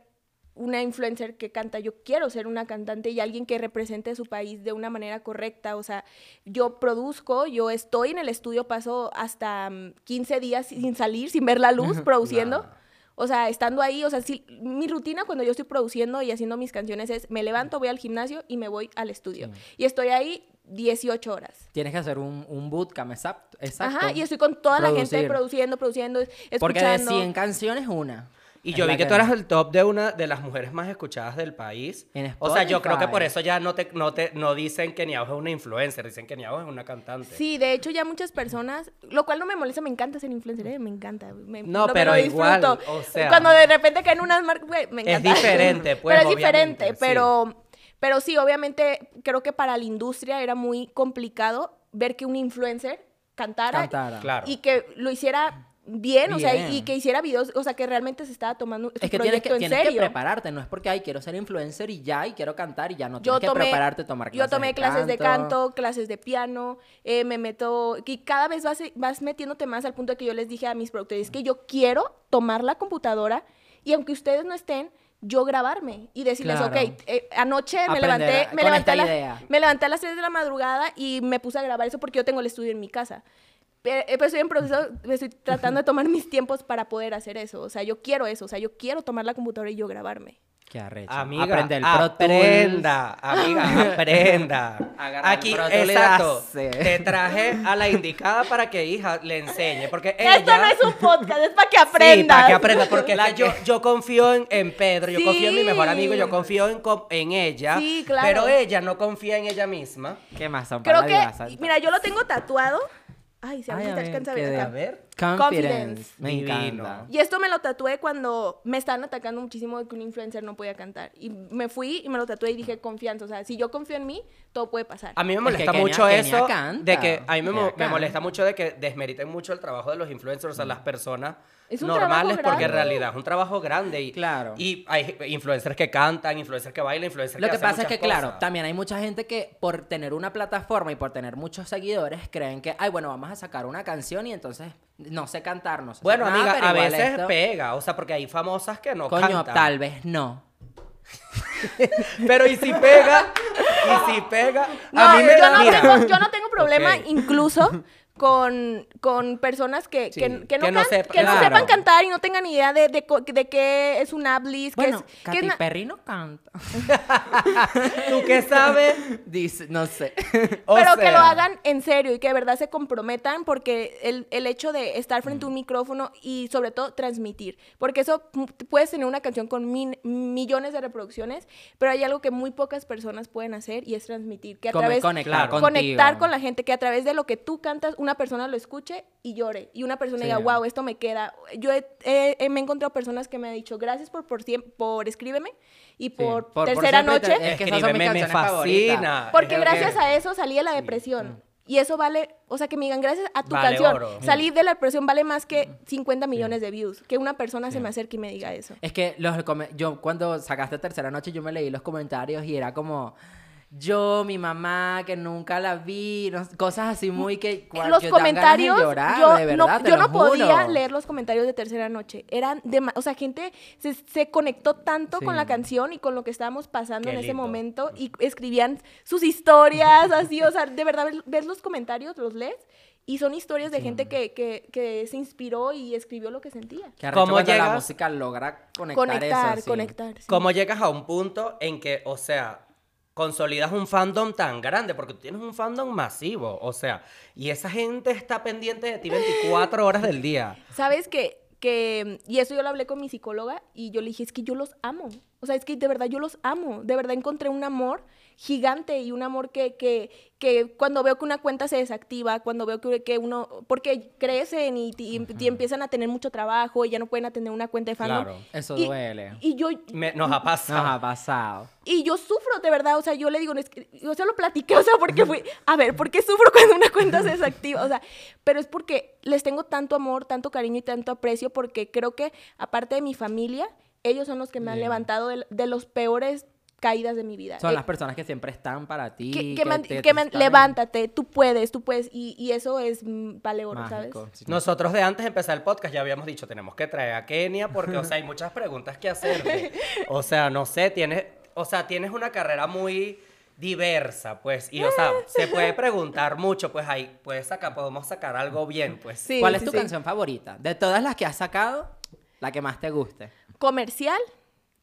Speaker 3: una influencer que canta, yo quiero ser una cantante y alguien que represente a su país de una manera correcta, o sea, yo produzco, yo estoy en el estudio, paso hasta mm, 15 días sin salir, sin ver la luz, produciendo. O sea, estando ahí, o sea, sí, mi rutina cuando yo estoy produciendo y haciendo mis canciones es me levanto, voy al gimnasio y me voy al estudio. Y estoy ahí 18 horas.
Speaker 2: Tienes que hacer un, un bootcamp, exacto. exacto.
Speaker 3: Ajá, y estoy con toda la gente
Speaker 2: Producir.
Speaker 3: produciendo, produciendo, escuchando.
Speaker 2: Porque de 100 canciones, una.
Speaker 1: Y
Speaker 2: es
Speaker 1: yo vi
Speaker 2: la
Speaker 1: que tú eras el top de una de las mujeres más escuchadas del país.
Speaker 2: En
Speaker 1: o sea, yo creo que
Speaker 2: Spotify.
Speaker 1: por eso ya no te, no te, no dicen que Niao es una influencer, dicen que Niao es una cantante.
Speaker 3: Sí, de hecho ya muchas personas, lo cual no me molesta, me encanta ser influencer, eh, me encanta. me-
Speaker 1: No,
Speaker 3: lo-
Speaker 1: pero
Speaker 3: lo
Speaker 1: igual,
Speaker 3: disfruto.
Speaker 1: o sea.
Speaker 3: Cuando de repente caen unas marcas, güey, me
Speaker 1: Es
Speaker 3: encanta.
Speaker 1: diferente, pues,
Speaker 3: Pero es
Speaker 1: obviamente,
Speaker 3: diferente,
Speaker 1: sí.
Speaker 3: pero, pero sí, obviamente creo que para la industria era muy complicado ver que un influencer cantara,
Speaker 2: Cantara.
Speaker 1: Claro.
Speaker 3: y que lo hiciera bien, o sea,
Speaker 2: Bien.
Speaker 3: y que hiciera videos, o sea, que realmente se estaba tomando su
Speaker 2: Es que tienes,
Speaker 3: proyecto
Speaker 2: que,
Speaker 3: en
Speaker 2: tienes que
Speaker 3: serio.
Speaker 2: prepararte, no es porque, ay, quiero ser influencer y ya, y quiero cantar y ya, no.
Speaker 3: yo
Speaker 2: Tienes
Speaker 3: tomé,
Speaker 2: que prepararte, tomar clases
Speaker 3: yo tomé clases de canto, clases de piano, eh, me meto, y cada vez vas, vas metiéndote más al punto de que yo les dije a mis productores, que yo quiero tomar la computadora y aunque ustedes no estén, yo grabarme y decirles,
Speaker 2: Claro.
Speaker 3: ok, eh, anoche me
Speaker 2: Aprender
Speaker 3: levanté,
Speaker 2: a-
Speaker 3: me
Speaker 2: con
Speaker 3: levanté,
Speaker 2: esta
Speaker 3: a la-
Speaker 2: idea.
Speaker 3: me levanté a las 3 de la madrugada y me puse a grabar eso porque yo tengo el estudio en mi casa. Pero, eh, pero estoy en proceso, me estoy tratando de tomar mis tiempos para poder hacer eso. O sea, yo quiero eso. O sea, yo quiero tomar la computadora y yo grabarme.
Speaker 2: Qué arrecho.
Speaker 1: Amiga,
Speaker 2: Aprende el Pro Tools.
Speaker 1: aprenda, amiga, aprenda.
Speaker 2: Agarra el
Speaker 1: Aquí,
Speaker 2: Pro Tool y
Speaker 1: exacto,
Speaker 2: hace.
Speaker 1: te traje a la indicada para que hija le enseñe, porque ella...
Speaker 3: Esto no es un podcast, es para que
Speaker 1: Sí,
Speaker 3: aprendas.
Speaker 1: para que aprenda, porque la- yo, yo confío en, en Pedro, yo
Speaker 3: Sí.
Speaker 1: confío en mi mejor amigo, yo confío en, com- en ella,
Speaker 3: Sí, claro.
Speaker 1: pero ella no confía en ella misma.
Speaker 2: ¿Qué más? Son
Speaker 3: Creo
Speaker 2: palabras
Speaker 3: que,
Speaker 2: altas.
Speaker 3: mira, yo lo tengo tatuado. Ay, se
Speaker 2: Ay, a
Speaker 3: me
Speaker 2: ver,
Speaker 3: alcanza a
Speaker 2: qué
Speaker 3: ver
Speaker 2: de-
Speaker 1: A
Speaker 3: acá.
Speaker 1: ver,
Speaker 2: Confidence.
Speaker 3: Confidence.
Speaker 2: Me
Speaker 1: Divino.
Speaker 2: encanta.
Speaker 3: Y esto me lo tatué cuando me estaban atacando muchísimo de que un influencer no podía cantar. Y me fui y me lo tatué y dije confianza. O sea, si yo confío en mí, todo puede pasar.
Speaker 1: a mí me
Speaker 2: Es que
Speaker 1: molesta
Speaker 2: Kenia-
Speaker 1: mucho
Speaker 2: Kenia
Speaker 1: eso,
Speaker 2: canta.
Speaker 1: de que a mí me,
Speaker 2: Kenia
Speaker 1: mo- me
Speaker 2: canta. Mm.
Speaker 1: molesta mucho de que desmeriten mucho el trabajo de los influencers, o sea, las personas
Speaker 3: Es un
Speaker 1: normales,
Speaker 3: trabajo
Speaker 1: porque en
Speaker 3: grande.
Speaker 1: realidad es un trabajo grande y,
Speaker 2: Claro.
Speaker 1: y hay influencers que cantan, influencers que bailan, influencers
Speaker 2: Lo que
Speaker 1: hacen
Speaker 2: pasa es
Speaker 1: muchas
Speaker 2: que, claro,
Speaker 1: cosas.
Speaker 2: también hay mucha gente que por tener una plataforma y por tener muchos seguidores creen que, ay, bueno, vamos a sacar una canción y entonces no sé cantar, no sé hacer
Speaker 1: Bueno,
Speaker 2: nada,
Speaker 1: amiga,
Speaker 2: "Ah, pero
Speaker 1: a
Speaker 2: igual
Speaker 1: veces
Speaker 2: esto-
Speaker 1: pega, o sea, porque hay famosas que no
Speaker 2: Coño,
Speaker 1: cantan.
Speaker 2: tal vez no.
Speaker 1: Pero y si pega, y si pega,
Speaker 3: No,
Speaker 1: a mí me
Speaker 3: yo,
Speaker 1: da
Speaker 3: no
Speaker 1: mira.
Speaker 3: tengo, yo no tengo problema
Speaker 1: Ok.
Speaker 3: incluso con, con personas que, que-
Speaker 1: Sí,
Speaker 3: que no,
Speaker 1: que no
Speaker 3: can-
Speaker 1: sepa-
Speaker 3: que no
Speaker 1: claro.
Speaker 3: sepan cantar y no tengan idea de, de, co- de qué es un ablis, qué
Speaker 2: Bueno,
Speaker 3: es... qué es
Speaker 2: Katy
Speaker 3: na-
Speaker 2: Perry no canta.
Speaker 1: ¿Tú qué sabes?
Speaker 2: Dice, no sé.
Speaker 1: O
Speaker 3: pero que
Speaker 1: sea,
Speaker 3: lo hagan en serio y que de verdad se comprometan porque el, el hecho de estar frente a
Speaker 2: Mm.
Speaker 3: un micrófono y sobre todo transmitir, porque eso mm, puedes tener una canción con min- millones de reproducciones, pero hay algo que muy pocas personas pueden hacer y es transmitir, que a
Speaker 2: Come-
Speaker 3: través
Speaker 2: conectar,
Speaker 1: Claro.
Speaker 2: contigo.
Speaker 3: conectar con la gente, que a través de lo que tú cantas una persona lo escuche y llore y una persona
Speaker 2: Sí.
Speaker 3: diga, wow, esto me queda. Yo he, he- he- me he encontrado personas que me han dicho, gracias por, por, siem- por escríbeme y
Speaker 2: Sí,
Speaker 3: por, tercera
Speaker 2: siempre
Speaker 3: noche.
Speaker 2: te- Es que esas son
Speaker 1: Escríbeme,
Speaker 2: mis
Speaker 1: me
Speaker 2: canciones favoritas.
Speaker 1: fascina.
Speaker 3: Porque
Speaker 1: Es lo
Speaker 3: gracias
Speaker 1: que-
Speaker 3: a eso salí de la depresión. Y eso vale, o sea, que me digan, gracias a tu
Speaker 1: mm. Vale
Speaker 3: canción,
Speaker 1: oro. Mm.
Speaker 3: salir de la depresión vale más que 50 millones de views. Que una persona se me acerque y me diga eso.
Speaker 2: Es que los come- yo cuando sacaste tercera noche yo me leí los comentarios y era como yo, mi mamá, que nunca la vi, no sé, cosas así muy que cua-
Speaker 3: los
Speaker 2: que dan ganas de
Speaker 3: comentarios,
Speaker 2: llorar,
Speaker 3: yo
Speaker 2: de
Speaker 3: no,
Speaker 2: verdad, te
Speaker 3: yo
Speaker 2: lo
Speaker 3: no podía
Speaker 2: juro.
Speaker 3: leer los comentarios de Tercera Noche. Eran de, o sea, gente se, se conectó tanto
Speaker 2: Sí.
Speaker 3: con la canción y con lo que estábamos pasando
Speaker 1: Qué
Speaker 3: en ese
Speaker 1: lindo.
Speaker 3: momento y escribían sus historias, así, o sea, de verdad ves- ves los comentarios, los lees y son historias de gente que, que, que se inspiró y escribió lo que sentía.
Speaker 2: Qué arrecho
Speaker 1: ¿Cómo
Speaker 2: cuando la
Speaker 1: llegas?
Speaker 2: música logra conectar,
Speaker 3: Conectar,
Speaker 2: eso. sí.
Speaker 3: conectar. sí.
Speaker 1: Como llegas a un punto en que, o sea, consolidas un fandom tan grande, porque tú tienes un fandom masivo, o sea, y esa gente está pendiente de ti 24 horas del día.
Speaker 3: ¿Sabes que, que, y eso yo lo hablé con mi psicóloga y yo le dije, es que yo los amo. O sea, es que de verdad yo los amo. De verdad encontré un amor gigante y un amor que, que, que cuando veo que una cuenta se desactiva, cuando veo que, que uno, porque crecen y, y- y empiezan a tener mucho trabajo y ya no pueden atender una cuenta de fandom.
Speaker 1: Claro.
Speaker 2: Eso
Speaker 3: Y-
Speaker 2: duele.
Speaker 3: Y yo,
Speaker 1: Me- nos ha pasado.
Speaker 2: Nos ha pasado.
Speaker 3: y yo sufro, de verdad, o sea, yo le digo, no, es que- o sea, lo platiqué, o sea, porque fui, a ver, ¿por qué sufro cuando una cuenta se desactiva? O sea, pero es porque les tengo tanto amor, tanto cariño y tanto aprecio, porque creo que, aparte de mi familia, ellos son los que me han
Speaker 2: Bien.
Speaker 3: levantado de, de los peores caídas de mi vida.
Speaker 2: Son
Speaker 3: Eh,
Speaker 2: las personas que siempre están para ti.
Speaker 3: que, que me, han-
Speaker 2: te-
Speaker 3: que
Speaker 2: te
Speaker 3: me han-
Speaker 2: están-
Speaker 3: levántate, tú puedes, tú puedes, y, y eso es mm, vale oro, ¿sabes?
Speaker 2: Mágico. Sí.
Speaker 1: Nosotros de antes de empezar el podcast ya habíamos dicho, tenemos que traer a Kenia porque, o sea, hay muchas preguntas que hacerte. O sea, no sé, tienes, o sea, tienes una carrera muy diversa, pues, y, o sea, se puede preguntar mucho, pues ahí puedes sacar, podemos sacar algo bien, pues.
Speaker 3: Sí,
Speaker 2: ¿Cuál es
Speaker 3: sí,
Speaker 2: tu
Speaker 3: sí.
Speaker 2: canción favorita? De todas las que has sacado, la que más te guste.
Speaker 3: Comercial,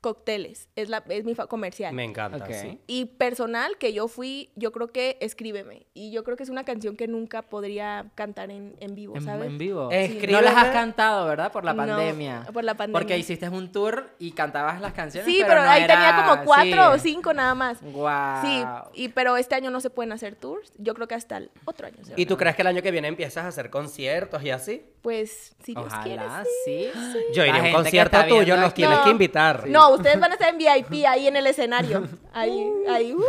Speaker 3: cócteles, es, la, es mi fa- comercial.
Speaker 1: Me encanta,
Speaker 2: Ok.
Speaker 1: sí.
Speaker 3: Y personal, que yo fui, yo creo que escríbeme. Y yo creo que es una canción que nunca podría cantar en, en vivo,
Speaker 2: En,
Speaker 3: ¿sabes?
Speaker 2: en vivo.
Speaker 1: Escríbeme.
Speaker 2: Eh, No las has cantado, ¿verdad? Por la
Speaker 3: No,
Speaker 2: pandemia.
Speaker 3: por la pandemia.
Speaker 2: Porque hiciste un tour y cantabas las canciones.
Speaker 3: Sí, pero,
Speaker 2: no
Speaker 3: ahí
Speaker 2: era-
Speaker 3: tenía como cuatro
Speaker 2: sí.
Speaker 3: o cinco nada más.
Speaker 2: Guau.
Speaker 3: Sí, y, pero este año no se pueden hacer tours. Yo creo que hasta el otro año. se
Speaker 1: ¿Y tú
Speaker 3: van
Speaker 1: crees que el año que viene empiezas a hacer conciertos y así?
Speaker 3: a- Pues, si Dios quiere,
Speaker 2: Ojalá,
Speaker 3: sí.
Speaker 2: sí.
Speaker 1: Yo
Speaker 2: La
Speaker 1: iré a un
Speaker 2: gente que
Speaker 1: concierto
Speaker 2: está
Speaker 1: tuyo,
Speaker 2: viendo
Speaker 1: nos
Speaker 2: aquí-
Speaker 1: tienes
Speaker 3: No.
Speaker 1: que invitar.
Speaker 3: No, ustedes van a estar en VIP ahí en el escenario. Ahí, ahí, uh,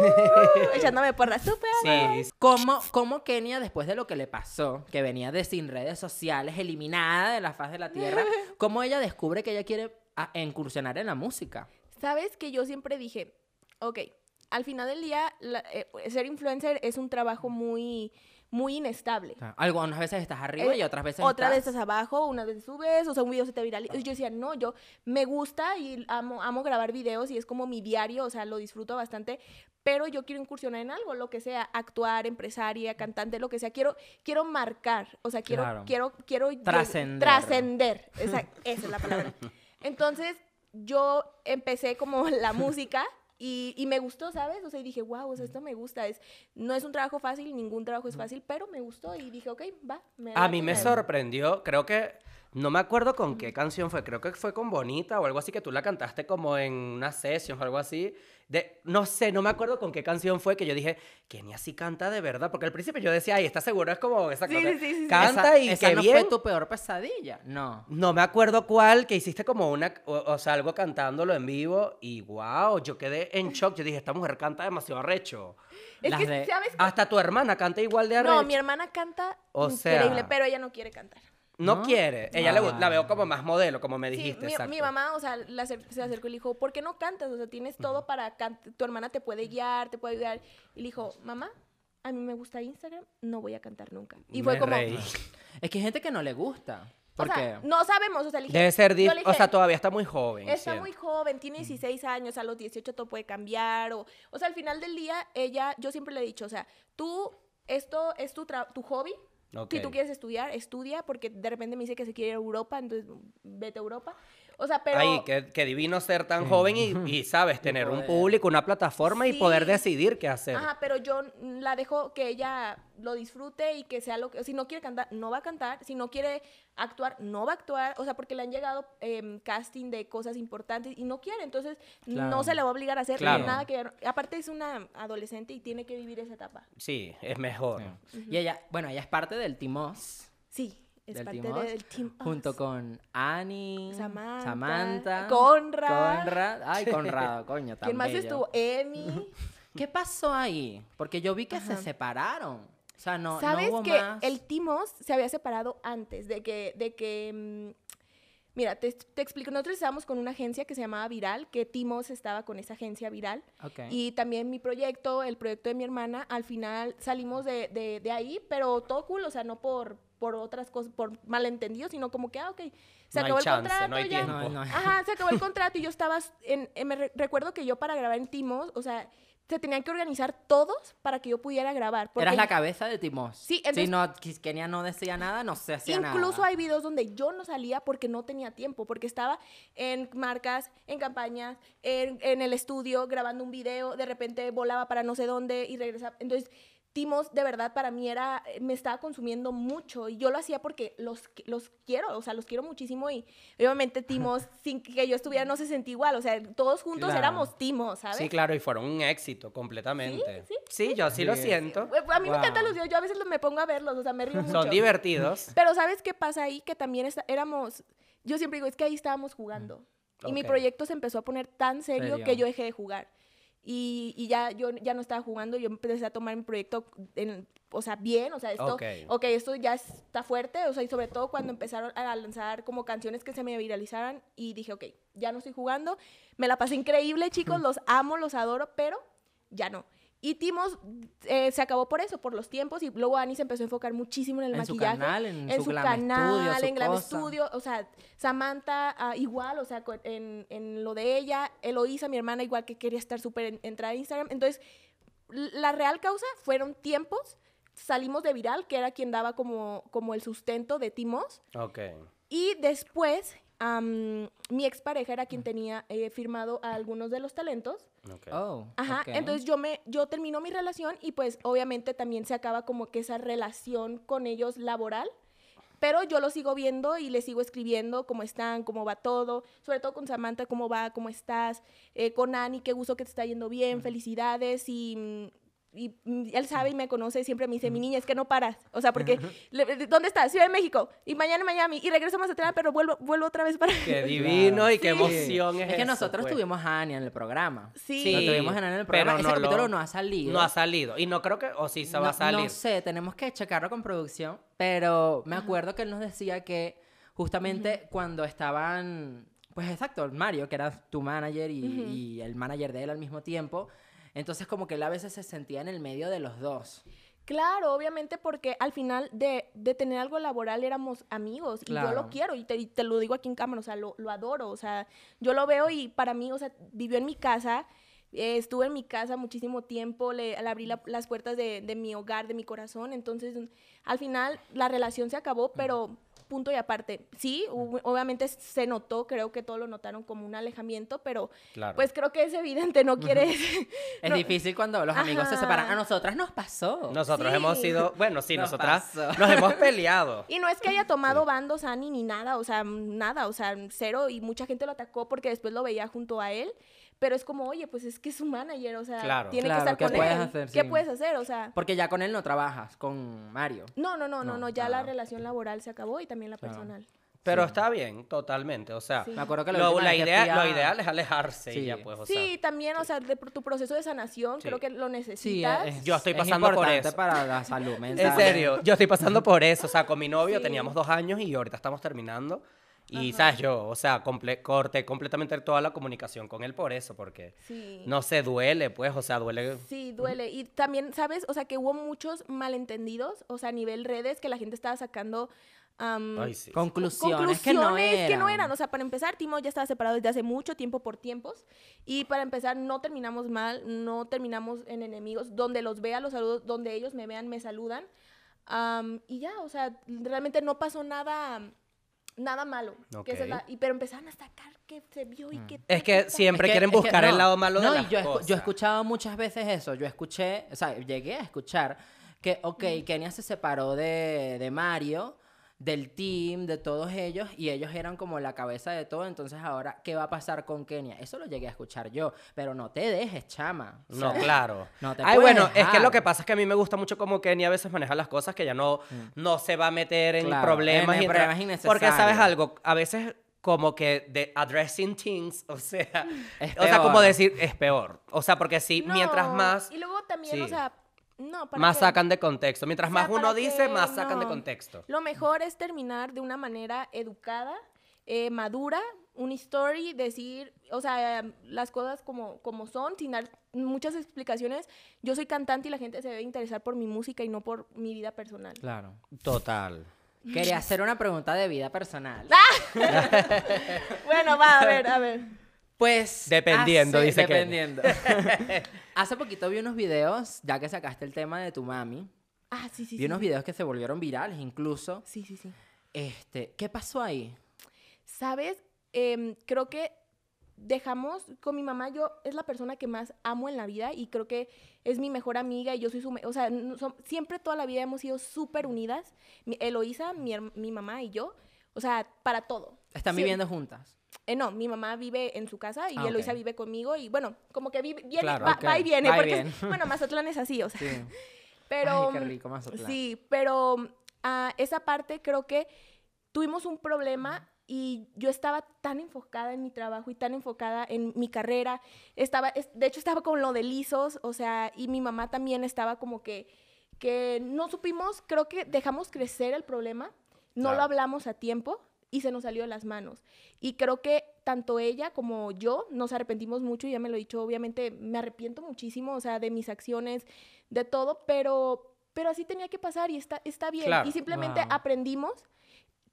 Speaker 3: echándome porras. Súper.
Speaker 1: Sí, sí.
Speaker 2: ¿Cómo, cómo Kenia, después de lo que le pasó, que venía de sin redes sociales, eliminada de la faz de la tierra, cómo ella descubre que ella quiere ah, incursionar en la música?
Speaker 3: Sabes que yo siempre dije, ok, al final del día, la- eh, ser influencer es un trabajo muy, muy inestable.
Speaker 2: O sea, Algunas veces estás arriba
Speaker 3: Eh,
Speaker 2: y otras veces
Speaker 3: Otra vez
Speaker 2: estás...
Speaker 3: estás abajo, unas veces subes, o sea, un video se te viraliza. Yo decía, no, yo me gusta y amo, amo grabar videos y es como mi diario, o sea, lo disfruto bastante, pero yo quiero incursionar en algo, lo que sea, actuar, empresaria, cantante, lo que sea. Quiero, quiero marcar, o sea, quiero,
Speaker 2: Claro.
Speaker 3: quiero, quiero lleg-
Speaker 2: Trascender.
Speaker 3: Trascender, esa, esa es la palabra. Entonces, yo empecé como la música. Y, y me gustó, ¿sabes? O sea, y dije, wow, o sea, esto me gusta. Es, no es un trabajo fácil, ningún trabajo es fácil, pero me gustó y dije, ok, va. me
Speaker 1: A
Speaker 3: late,
Speaker 1: mí me
Speaker 3: late".
Speaker 1: sorprendió, creo que, no me acuerdo con qué canción fue, creo que fue con Bonita o algo así, que tú la cantaste como en una sesión o algo así. De, no sé, no me acuerdo con qué canción fue que yo dije, Kenia sí canta de verdad, porque al principio yo decía, ay, está seguro, es como esa
Speaker 3: Sí,
Speaker 1: cosa,
Speaker 3: sí, sí, sí, sí.
Speaker 1: canta
Speaker 2: Esa-
Speaker 1: y
Speaker 2: esa
Speaker 1: qué
Speaker 2: no
Speaker 1: bien.
Speaker 2: fue tu peor pesadilla. No.
Speaker 1: No me acuerdo cuál, que hiciste como una, o, o sea, algo cantándolo en vivo y wow, yo quedé en shock, yo dije, esta mujer canta demasiado arrecho.
Speaker 3: Es
Speaker 2: Las
Speaker 3: que,
Speaker 2: de-
Speaker 3: ¿sabes? qué?
Speaker 1: Hasta tu hermana canta igual de arrecho.
Speaker 3: No, mi hermana canta
Speaker 1: Ah, O
Speaker 3: increíble,
Speaker 1: sea-
Speaker 3: pero ella no quiere cantar.
Speaker 1: No,
Speaker 2: ¿No?
Speaker 1: quiere. Ella le gu- la
Speaker 2: Ah.
Speaker 1: veo como más modelo, como me
Speaker 3: Sí,
Speaker 1: dijiste.
Speaker 3: mi,
Speaker 1: exacto.
Speaker 3: mi mamá, o sea, la acer- se acercó y le dijo, ¿por qué no cantas? O sea, tienes todo para cantar, tu hermana te puede guiar, te puede ayudar. Y le dijo, mamá, a mí me gusta Instagram, no voy a cantar nunca. Y fue
Speaker 1: Me
Speaker 3: como,
Speaker 1: reí.
Speaker 2: Es que hay gente que no le gusta.
Speaker 3: o
Speaker 2: Porque...
Speaker 3: sea, no sabemos, o sea, le dije,
Speaker 1: Debe ser.
Speaker 3: yo le
Speaker 1: dif- O
Speaker 3: dije,
Speaker 1: sea, todavía está muy joven.
Speaker 3: Está
Speaker 1: siento.
Speaker 3: muy joven, tiene 16 años, a los 18 todo puede cambiar. O, o sea, al final del día, ella, yo siempre le he dicho, o sea, tú, esto es tu, tra- tu hobby. Si tú
Speaker 1: Ok.
Speaker 3: quieres estudiar, estudia, porque de repente me dice que se quiere ir a Europa, entonces vete a Europa. O sea, pero...
Speaker 1: Ay, qué, qué divino ser tan joven y, y, sabes, tener un
Speaker 2: poder.
Speaker 1: público, una plataforma y
Speaker 3: Sí.
Speaker 1: poder decidir qué hacer.
Speaker 3: Ajá, pero yo mm, la dejo que ella lo disfrute y que sea lo que... Si no quiere cantar, no va a cantar. Si no quiere actuar, no va a actuar. O sea, porque le han llegado em, casting de cosas importantes y no quiere. Entonces,
Speaker 2: Claro.
Speaker 3: no se la va a obligar a hacer
Speaker 1: Claro.
Speaker 3: nada que... ver. Aparte, es una adolescente y tiene que vivir esa etapa.
Speaker 1: Sí, es mejor.
Speaker 2: Y ella, bueno, ella es parte del Timos.
Speaker 3: Sí, es
Speaker 2: del
Speaker 3: parte
Speaker 2: Timos,
Speaker 3: de- del team. Us.
Speaker 2: Junto con Annie,
Speaker 3: Samantha,
Speaker 2: Samantha,
Speaker 3: Conrad.
Speaker 2: Conrad. Ay, Conrado, coño, tan
Speaker 3: ¿Quién más
Speaker 2: bello.
Speaker 3: estuvo? Emi.
Speaker 2: ¿Qué pasó ahí? Porque yo vi que se separaron. O sea, no, no
Speaker 3: ¿Sabes
Speaker 2: hubo
Speaker 3: que
Speaker 2: más.
Speaker 3: el Timos se había separado antes de que, de que mm, mira, te, te explico, nosotros estábamos con una agencia que se llamaba Viral, que Timos estaba con esa agencia Viral.
Speaker 2: Ok.
Speaker 3: Y también mi proyecto, el proyecto de mi hermana, al final salimos de, de- de ahí, pero todo cool, o sea, no por, por otras cosas, por malentendidos, sino como que, ah, ok, se
Speaker 1: No hay
Speaker 3: acabó el
Speaker 1: chance,
Speaker 3: contrato,
Speaker 1: no hay
Speaker 3: ya.
Speaker 1: tiempo.
Speaker 2: No, no.
Speaker 3: Ajá, se acabó el contrato y yo estaba en, en- me re- recuerdo que yo para grabar en Timos, o sea, se tenían que organizar todos para que yo pudiera grabar. porque
Speaker 2: Eras la cabeza de Timos.
Speaker 3: Sí, entonces-
Speaker 2: Si no, Kis- Kenia no decía nada, no se hacía nada.
Speaker 3: Incluso hay videos donde yo no salía porque no tenía tiempo, porque estaba en marcas, en campañas, en, en el estudio grabando un video, de repente volaba para no sé dónde y regresaba. Entonces, Timos, de verdad, para mí era, me estaba consumiendo mucho y yo lo hacía porque los, los quiero, o sea, los quiero muchísimo y obviamente Timos, sin que yo estuviera, no se sentía igual, o sea, todos juntos
Speaker 2: Claro.
Speaker 3: éramos Timos, ¿sabes?
Speaker 1: Sí, claro, y fueron un éxito completamente.
Speaker 3: Sí,
Speaker 1: yo sí lo
Speaker 2: Sí.
Speaker 1: siento.
Speaker 3: Eh, A mí
Speaker 2: Wow.
Speaker 3: me encantan los videos, yo a veces lo- me pongo a verlos, o sea, me río mucho.
Speaker 1: Son divertidos.
Speaker 3: Pero ¿sabes qué pasa ahí? Que también está- éramos, yo siempre digo, es que ahí estábamos jugando. Y mi
Speaker 1: Ok.
Speaker 3: proyecto se empezó a poner tan serio,
Speaker 2: Mm. Serio.
Speaker 3: que yo dejé de jugar. Y, y ya yo ya no estaba jugando, yo empecé a tomar mi proyecto, en- o sea, bien, o sea, esto,
Speaker 1: Ok.
Speaker 3: ok, esto ya está fuerte, o sea, y sobre todo cuando empezaron a lanzar como canciones que se me viralizaran y dije, ok, ya no estoy jugando, me la pasé increíble, chicos, los amo, los adoro, pero ya no. Y Timos eh, se acabó por eso, por los tiempos, y luego Ani se empezó a enfocar muchísimo en el
Speaker 2: En su
Speaker 3: maquillaje,
Speaker 2: canal, en su Glam Studio, su
Speaker 3: en Glam
Speaker 2: cosa.
Speaker 3: Studio, o sea, Samantha ah, igual, o sea, co- en, en lo de ella, Eloísa, mi hermana, igual que quería estar súper en- entrada en Instagram. Entonces, l- la real causa fueron tiempos, salimos de Viral, que era quien daba como, como el sustento de Timos,
Speaker 1: Ok.
Speaker 3: y después... am, mi expareja era
Speaker 2: Mm.
Speaker 3: quien tenía eh, firmado a algunos de los talentos
Speaker 1: ok.
Speaker 2: Oh,
Speaker 3: Ajá,
Speaker 2: ok.
Speaker 3: entonces yo me yo termino mi relación y pues obviamente también se acaba como que esa relación con ellos laboral, pero yo lo sigo viendo y les sigo escribiendo cómo están, cómo va todo, sobre todo con Samantha, cómo va, cómo estás, eh, con Ani, qué gusto que te está yendo bien, felicidades y... y, mm, él sabe y me conoce, siempre me dice, mi niña, es que no paras. O sea, porque, le- ¿dónde estás? Ciudad de México. Y mañana en Miami. Y regreso a Mazatlán, pero vuelvo, vuelvo otra vez para...
Speaker 1: Qué divino y qué emoción
Speaker 2: Es
Speaker 1: es
Speaker 2: que
Speaker 1: eso,
Speaker 2: nosotros
Speaker 1: pues.
Speaker 2: tuvimos a Ania en el programa.
Speaker 3: Sí.
Speaker 2: Lo tuvimos en el programa. Ese
Speaker 1: lo-
Speaker 2: capítulo no ha salido.
Speaker 1: No ha salido. Y no creo que. O sí se va
Speaker 2: no,
Speaker 1: a salir.
Speaker 2: no sé, tenemos que checarlo con producción, pero me acuerdo que él nos decía que justamente cuando estaban, pues exacto, Mario, que era tu manager y, y el manager de él al mismo tiempo, entonces como que él a veces se sentía en el medio de los dos.
Speaker 3: Claro, obviamente, porque al final de, de tener algo laboral éramos amigos y yo
Speaker 2: Claro.
Speaker 3: lo quiero y te, y te lo digo aquí en cámara, o sea, lo, lo adoro, o sea, yo lo veo y para mí, o sea, vivió en mi casa, eh, estuve en mi casa muchísimo tiempo, le, le abrí la- las puertas de, de mi hogar, de mi corazón, entonces al final la relación se acabó, pero punto y aparte, sí, hubo- obviamente se notó, creo que todos lo notaron como un alejamiento, pero
Speaker 1: Claro.
Speaker 3: pues creo que es evidente, no quieres...
Speaker 2: Es
Speaker 3: no-
Speaker 2: difícil cuando los amigos se
Speaker 3: Ajá.
Speaker 2: separan. A nosotras nos pasó.
Speaker 1: Nosotros
Speaker 3: Sí.
Speaker 1: hemos sido. Bueno, sí,
Speaker 2: Nos
Speaker 1: nosotras
Speaker 2: pasó.
Speaker 1: nos hemos peleado.
Speaker 3: Y no es
Speaker 1: Mm,
Speaker 3: que haya tomado bandos Ani ni nada, o sea, nada, o sea, cero y mucha gente lo atacó porque después lo veía junto a él, pero es como, oye, pues es que es su manager, o sea,
Speaker 1: Claro.
Speaker 3: tiene
Speaker 2: Claro,
Speaker 3: que estar
Speaker 2: ¿qué
Speaker 3: con
Speaker 2: puedes
Speaker 3: él.
Speaker 2: hacer?
Speaker 3: ¿Qué
Speaker 2: Sí.
Speaker 3: puedes hacer? O sea,
Speaker 2: Porque ya con él no trabajas, con Mario.
Speaker 3: no, no, no, no,
Speaker 2: No,
Speaker 3: no, ya
Speaker 2: ah.
Speaker 3: la relación laboral se acabó y también la
Speaker 2: Claro.
Speaker 3: personal.
Speaker 1: Pero está bien, totalmente. O sea,
Speaker 3: Sí.
Speaker 2: Me acuerdo que la
Speaker 1: lo-
Speaker 2: última
Speaker 1: la
Speaker 2: vez que
Speaker 1: idea,
Speaker 2: fui a-
Speaker 1: lo ideal es alejarse
Speaker 2: Sí.
Speaker 1: y ya, pues. O
Speaker 3: sí, también, o sea, de- tu proceso de sanación
Speaker 1: Sí.
Speaker 3: creo que lo
Speaker 2: Sí, eh,
Speaker 3: necesitas.
Speaker 2: es-
Speaker 1: Yo estoy
Speaker 2: es
Speaker 1: pasando por
Speaker 2: importante
Speaker 1: eso.
Speaker 2: para la salud mental.
Speaker 1: sea, en serio, yo estoy pasando por eso. O sea, con mi novio
Speaker 3: Sí.
Speaker 1: teníamos dos años y ahorita estamos terminando. Y, ¿sabes? Yo, o sea, comple- corté completamente toda la comunicación con él por eso, porque
Speaker 3: Sí.
Speaker 1: no se duele, pues, o sea, duele.
Speaker 3: Sí, duele. Y también, ¿sabes? O sea, que hubo muchos malentendidos, o sea, a nivel redes, que la gente estaba sacando...
Speaker 2: Mm.
Speaker 3: am,
Speaker 1: Ay, sí.
Speaker 2: Conclusiones,
Speaker 3: conclusiones
Speaker 2: que no
Speaker 3: que no
Speaker 2: eran.
Speaker 3: O sea, para empezar, Timo ya estaba separado desde hace mucho tiempo por tiempos. Y para empezar, no terminamos mal, no terminamos en enemigos. Donde los vea, los saludos, donde ellos me vean, me saludan. Am, y ya, o sea, realmente no pasó nada nada malo. que esa
Speaker 1: Ok.
Speaker 3: es
Speaker 1: Mm.
Speaker 3: la- y, pero empezaron a sacar que se vio y que...
Speaker 1: Es que
Speaker 2: Es
Speaker 1: siempre
Speaker 2: que-
Speaker 1: quieren
Speaker 2: es que
Speaker 1: buscar
Speaker 2: no,
Speaker 1: el lado malo
Speaker 2: no,
Speaker 1: de
Speaker 2: y
Speaker 1: las
Speaker 2: yo, he escu- yo he
Speaker 1: cosas.
Speaker 2: escuchado muchas veces eso. Yo escuché, o sea, llegué a escuchar que, ok,
Speaker 1: Mm.
Speaker 2: Kenia se separó de, de Mario,
Speaker 1: Mm.
Speaker 2: del team, de todos ellos, y ellos eran como la cabeza de todo. Entonces, ahora, ¿qué va a pasar con Kenia? Eso lo llegué a escuchar yo. Pero no te dejes, chama. O
Speaker 1: No,
Speaker 2: sea,
Speaker 1: claro.
Speaker 2: no te
Speaker 1: Ay,
Speaker 2: puedes
Speaker 1: bueno, es que
Speaker 2: dejar.
Speaker 1: lo que pasa es que a mí me gusta mucho cómo Kenny a veces maneja las cosas que ya no, no se va a meter en
Speaker 2: Mm. Claro,
Speaker 1: problemas.
Speaker 2: en
Speaker 1: y entra-
Speaker 2: problemas innecesarios.
Speaker 1: Porque, ¿sabes algo? A veces como que de addressing things, o sea,
Speaker 2: Es
Speaker 1: o sea, como
Speaker 2: peor.
Speaker 1: decir, es peor. O sea, porque sí,
Speaker 3: No,
Speaker 1: mientras más,
Speaker 3: Y luego también,
Speaker 1: sí.
Speaker 3: o sea, no, para
Speaker 1: más
Speaker 3: qué?
Speaker 1: sacan de contexto. Mientras
Speaker 3: O sea,
Speaker 1: más uno
Speaker 3: para
Speaker 1: dice,
Speaker 3: que
Speaker 1: más sacan de
Speaker 3: no.
Speaker 1: contexto.
Speaker 3: Lo mejor es terminar de una manera educada, eh, madura, un story, decir, o sea, las cosas como, como son, sin dar muchas explicaciones. Yo soy cantante y la gente se debe interesar por mi música y no por mi vida personal.
Speaker 2: Claro.
Speaker 1: Total.
Speaker 2: Quería hacer una pregunta de vida personal.
Speaker 1: Ah.
Speaker 3: Bueno, va, a ver, a ver.
Speaker 2: Pues.
Speaker 1: Dependiendo,
Speaker 2: hace-
Speaker 1: dice Kenia.
Speaker 2: Dependiendo. hace poquito vi unos videos, ya que sacaste el tema de tu mami.
Speaker 3: Ah, sí, sí,
Speaker 2: Vi
Speaker 3: sí.
Speaker 2: unos
Speaker 3: sí.
Speaker 2: videos que se volvieron virales incluso.
Speaker 3: Sí, sí, sí.
Speaker 2: Este, ¿qué pasó ahí?
Speaker 3: ¿Sabes? Em, creo que dejamos con mi mamá, yo es la persona que más amo en la vida y creo que es mi mejor amiga y yo soy su, me- o sea, no som- siempre toda la vida hemos sido súper unidas, mi, Eloísa, mi, herm- mi mamá y yo, o sea, para todo.
Speaker 2: Están
Speaker 3: Sí.
Speaker 2: viviendo juntas.
Speaker 3: Eh, no, mi mamá vive en su casa y
Speaker 2: Ah,
Speaker 3: Eloisa
Speaker 2: ok.
Speaker 3: vive conmigo y bueno, como que vive, viene,
Speaker 2: Claro,
Speaker 3: va,
Speaker 2: ok.
Speaker 3: va y viene,
Speaker 2: Va y
Speaker 3: porque
Speaker 2: viene.
Speaker 3: bueno, Mazatlán es así, o sea,
Speaker 2: Sí.
Speaker 3: pero... mm,
Speaker 2: Ay, qué rico Mazatlán.
Speaker 3: Sí, pero ah, esa parte creo que tuvimos un problema y yo estaba tan enfocada en mi trabajo y tan enfocada en mi carrera. Estaba, es- de hecho, estaba con lo de lisos, o sea, y mi mamá también estaba como que, que no supimos, creo que dejamos crecer el problema, no lo
Speaker 1: Claro.
Speaker 3: hablamos a tiempo y se nos salió de las manos. Y creo que tanto ella como yo nos arrepentimos mucho, y ya me lo he dicho, obviamente me arrepiento muchísimo, o sea, de mis acciones, de todo, pero, pero así tenía que pasar y está, está bien.
Speaker 1: Claro.
Speaker 3: Y simplemente
Speaker 2: Wow.
Speaker 3: aprendimos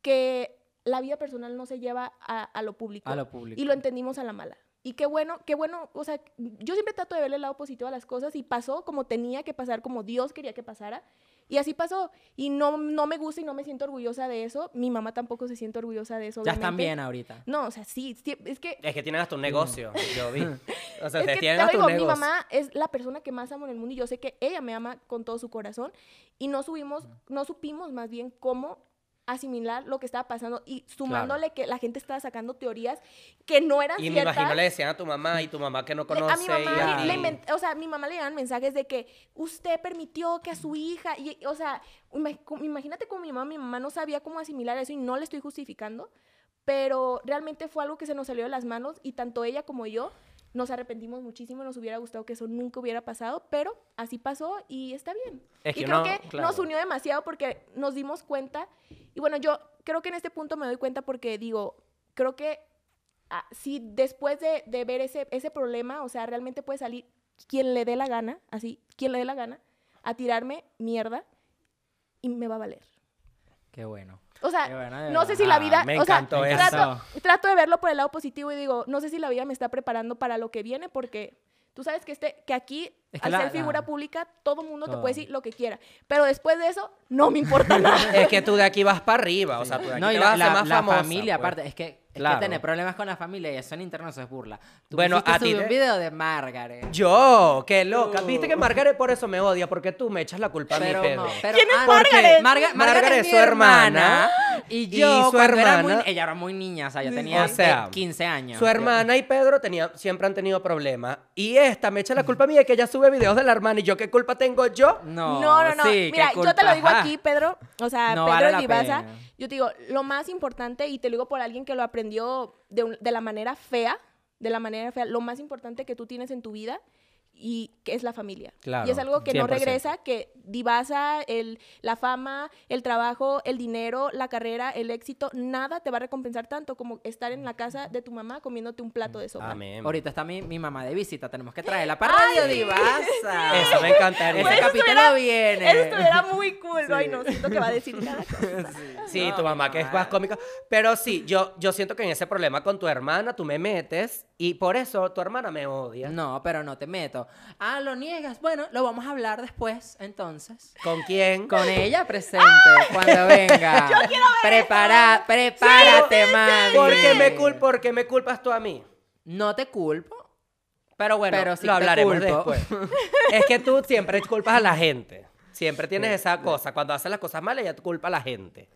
Speaker 3: que la vida personal no se lleva a, a lo público.
Speaker 2: A lo público.
Speaker 3: Y lo entendimos a la mala. Y qué bueno, qué bueno, o sea, yo siempre trato de verle el lado positivo a las cosas y pasó como tenía que pasar, como Dios quería que pasara. Y así pasó. Y no, no me gusta y no me siento orgullosa de eso. Mi mamá tampoco se siente orgullosa de eso.
Speaker 2: Ya están
Speaker 3: obviamente.
Speaker 2: bien ahorita.
Speaker 3: No, o sea, sí, sí, es que
Speaker 1: Es que tienen hasta un negocio,
Speaker 2: Mm.
Speaker 1: yo vi. O sea,
Speaker 3: es
Speaker 1: ustedes
Speaker 3: que te
Speaker 1: tienen
Speaker 3: lo
Speaker 1: hasta un
Speaker 3: digo, mi
Speaker 1: negocio.
Speaker 3: mamá es la persona que más amo en el mundo y yo sé que ella me ama con todo su corazón y no subimos, no supimos más bien cómo asimilar lo que estaba pasando y sumándole que la gente estaba sacando teorías que no eran
Speaker 1: y me
Speaker 3: ciertas.
Speaker 1: imagino le decían a tu mamá y tu mamá que no
Speaker 3: Le-
Speaker 1: conoce.
Speaker 3: a mi mamá,
Speaker 1: y a
Speaker 3: le
Speaker 1: ti.
Speaker 3: invent- o sea, a mi mamá le llegaban mensajes de que usted permitió que a su hija, y, o sea, ima- como- imagínate con mi mamá, mi mamá no sabía cómo asimilar eso y no le estoy justificando, pero realmente fue algo que se nos salió de las manos y tanto ella como yo nos arrepentimos muchísimo, nos hubiera gustado que eso nunca hubiera pasado, pero así pasó y está bien.
Speaker 1: Es que
Speaker 3: y creo
Speaker 1: uno-
Speaker 3: que
Speaker 1: claro.
Speaker 3: nos unió demasiado porque nos dimos cuenta, y bueno, yo creo que en este punto me doy cuenta porque digo, creo que ah, si después de, de ver ese, ese problema, o sea, realmente puede salir quien le dé la gana, así, quien le dé la gana, a tirarme mierda y me va a valer.
Speaker 2: Qué bueno.
Speaker 3: O sea,
Speaker 2: Qué bueno, de
Speaker 3: no
Speaker 2: verdad.
Speaker 3: sé si la
Speaker 1: Ah,
Speaker 3: vida...
Speaker 1: me
Speaker 3: o sea,
Speaker 1: encantó
Speaker 2: eso.
Speaker 3: trato, trato de verlo por el lado positivo y digo, no sé si la vida me está preparando para lo que viene porque tú sabes que, este, que aquí,
Speaker 2: Es que
Speaker 3: al
Speaker 2: la-
Speaker 3: ser figura
Speaker 2: la-
Speaker 3: pública, todo mundo te
Speaker 2: Todo.
Speaker 3: puede decir lo que quiera. Pero después de eso, no me importa nada.
Speaker 1: Es que tú de aquí vas para arriba, o sea, tú de aquí
Speaker 2: No,
Speaker 1: te
Speaker 2: y
Speaker 1: vas a
Speaker 2: la,
Speaker 1: hacer
Speaker 2: la-
Speaker 1: más
Speaker 2: la
Speaker 1: famosa,
Speaker 2: familia,
Speaker 1: pues.
Speaker 2: aparte, es que, es que
Speaker 1: Claro.
Speaker 2: tener problemas con la familia y eso en interno eso es burla. Tú
Speaker 1: Bueno,
Speaker 2: quisiste
Speaker 1: a ti
Speaker 2: subir
Speaker 1: te-
Speaker 2: un video de Margaret.
Speaker 1: Yo, qué loca.
Speaker 2: Tú.
Speaker 1: Viste que Margaret por eso me odia, porque tú me echas la culpa a
Speaker 2: Pero
Speaker 1: mi pedo.
Speaker 2: no, pero,
Speaker 3: ¿Quién es
Speaker 2: ¿por qué? Marga-
Speaker 3: Margaret?
Speaker 2: Margaret
Speaker 1: Margaret
Speaker 2: es
Speaker 1: es
Speaker 2: mi
Speaker 1: su hermana,
Speaker 2: hermana. Y
Speaker 1: y
Speaker 2: yo,
Speaker 1: su
Speaker 2: cuando era
Speaker 1: hermana- Mm.
Speaker 2: muy- ella era muy niña, o sea, yo tenía
Speaker 1: O sea,
Speaker 2: 15 años.
Speaker 1: Su hermana y Pedro tenía, siempre han tenido problemas. Y esta me echa la culpa a mí de que ella sube videos de la hermana. ¿Y yo qué culpa tengo yo?
Speaker 2: No,
Speaker 3: No, no, no.
Speaker 2: sí, qué
Speaker 3: Mira, yo te
Speaker 2: culpa,
Speaker 3: lo digo
Speaker 2: ajá.
Speaker 3: aquí, Pedro. O sea,
Speaker 2: No
Speaker 3: Pedro
Speaker 2: vale la
Speaker 3: Divaza.
Speaker 2: pena.
Speaker 3: Yo te digo, lo más importante, y te lo digo por alguien que lo aprendió de, un- de la manera fea, de la manera fea, lo más importante que tú tienes en tu vida y que es la familia.
Speaker 1: Claro,
Speaker 3: y es algo que no
Speaker 1: 100%.
Speaker 3: regresa, que divasa el, la fama, el trabajo, el dinero, la carrera, el éxito, nada te va a recompensar tanto como estar en la casa de tu mamá comiéndote un plato de sopa.
Speaker 1: Amén.
Speaker 2: Ahorita está mi, mi mamá de visita, tenemos que traerla para Radio Divaza.
Speaker 1: Eso me encantaría.
Speaker 2: Ese
Speaker 1: Eso
Speaker 2: capítulo
Speaker 3: estuviera-
Speaker 2: viene.
Speaker 3: Eso estuviera muy cool. Ay, no, siento que va a decir nada.
Speaker 1: Sí,
Speaker 2: No,
Speaker 1: tu
Speaker 2: mi
Speaker 1: mamá que es
Speaker 2: mamá.
Speaker 1: más cómica. Pero sí, yo, yo siento que en ese problema con tu hermana tú me metes y por eso tu hermana me odia.
Speaker 2: No, pero no te meto. Ah, lo niegas. Bueno, lo vamos a hablar después, entonces.
Speaker 1: ¿Con quién?
Speaker 2: Con ella presente cuando venga. Yo quiero ver Prepara, prepárate, mami.
Speaker 1: ¿Por qué me, cul- por qué me culpas tú a mí?
Speaker 2: No te culpo.
Speaker 1: Pero bueno,
Speaker 2: Pero sí
Speaker 1: lo
Speaker 2: te
Speaker 1: hablaremos
Speaker 2: culpo.
Speaker 1: después. es que tú siempre culpas a la gente. Siempre tienes esa cosa. Cuando haces las cosas malas, ya tú culpas a la gente.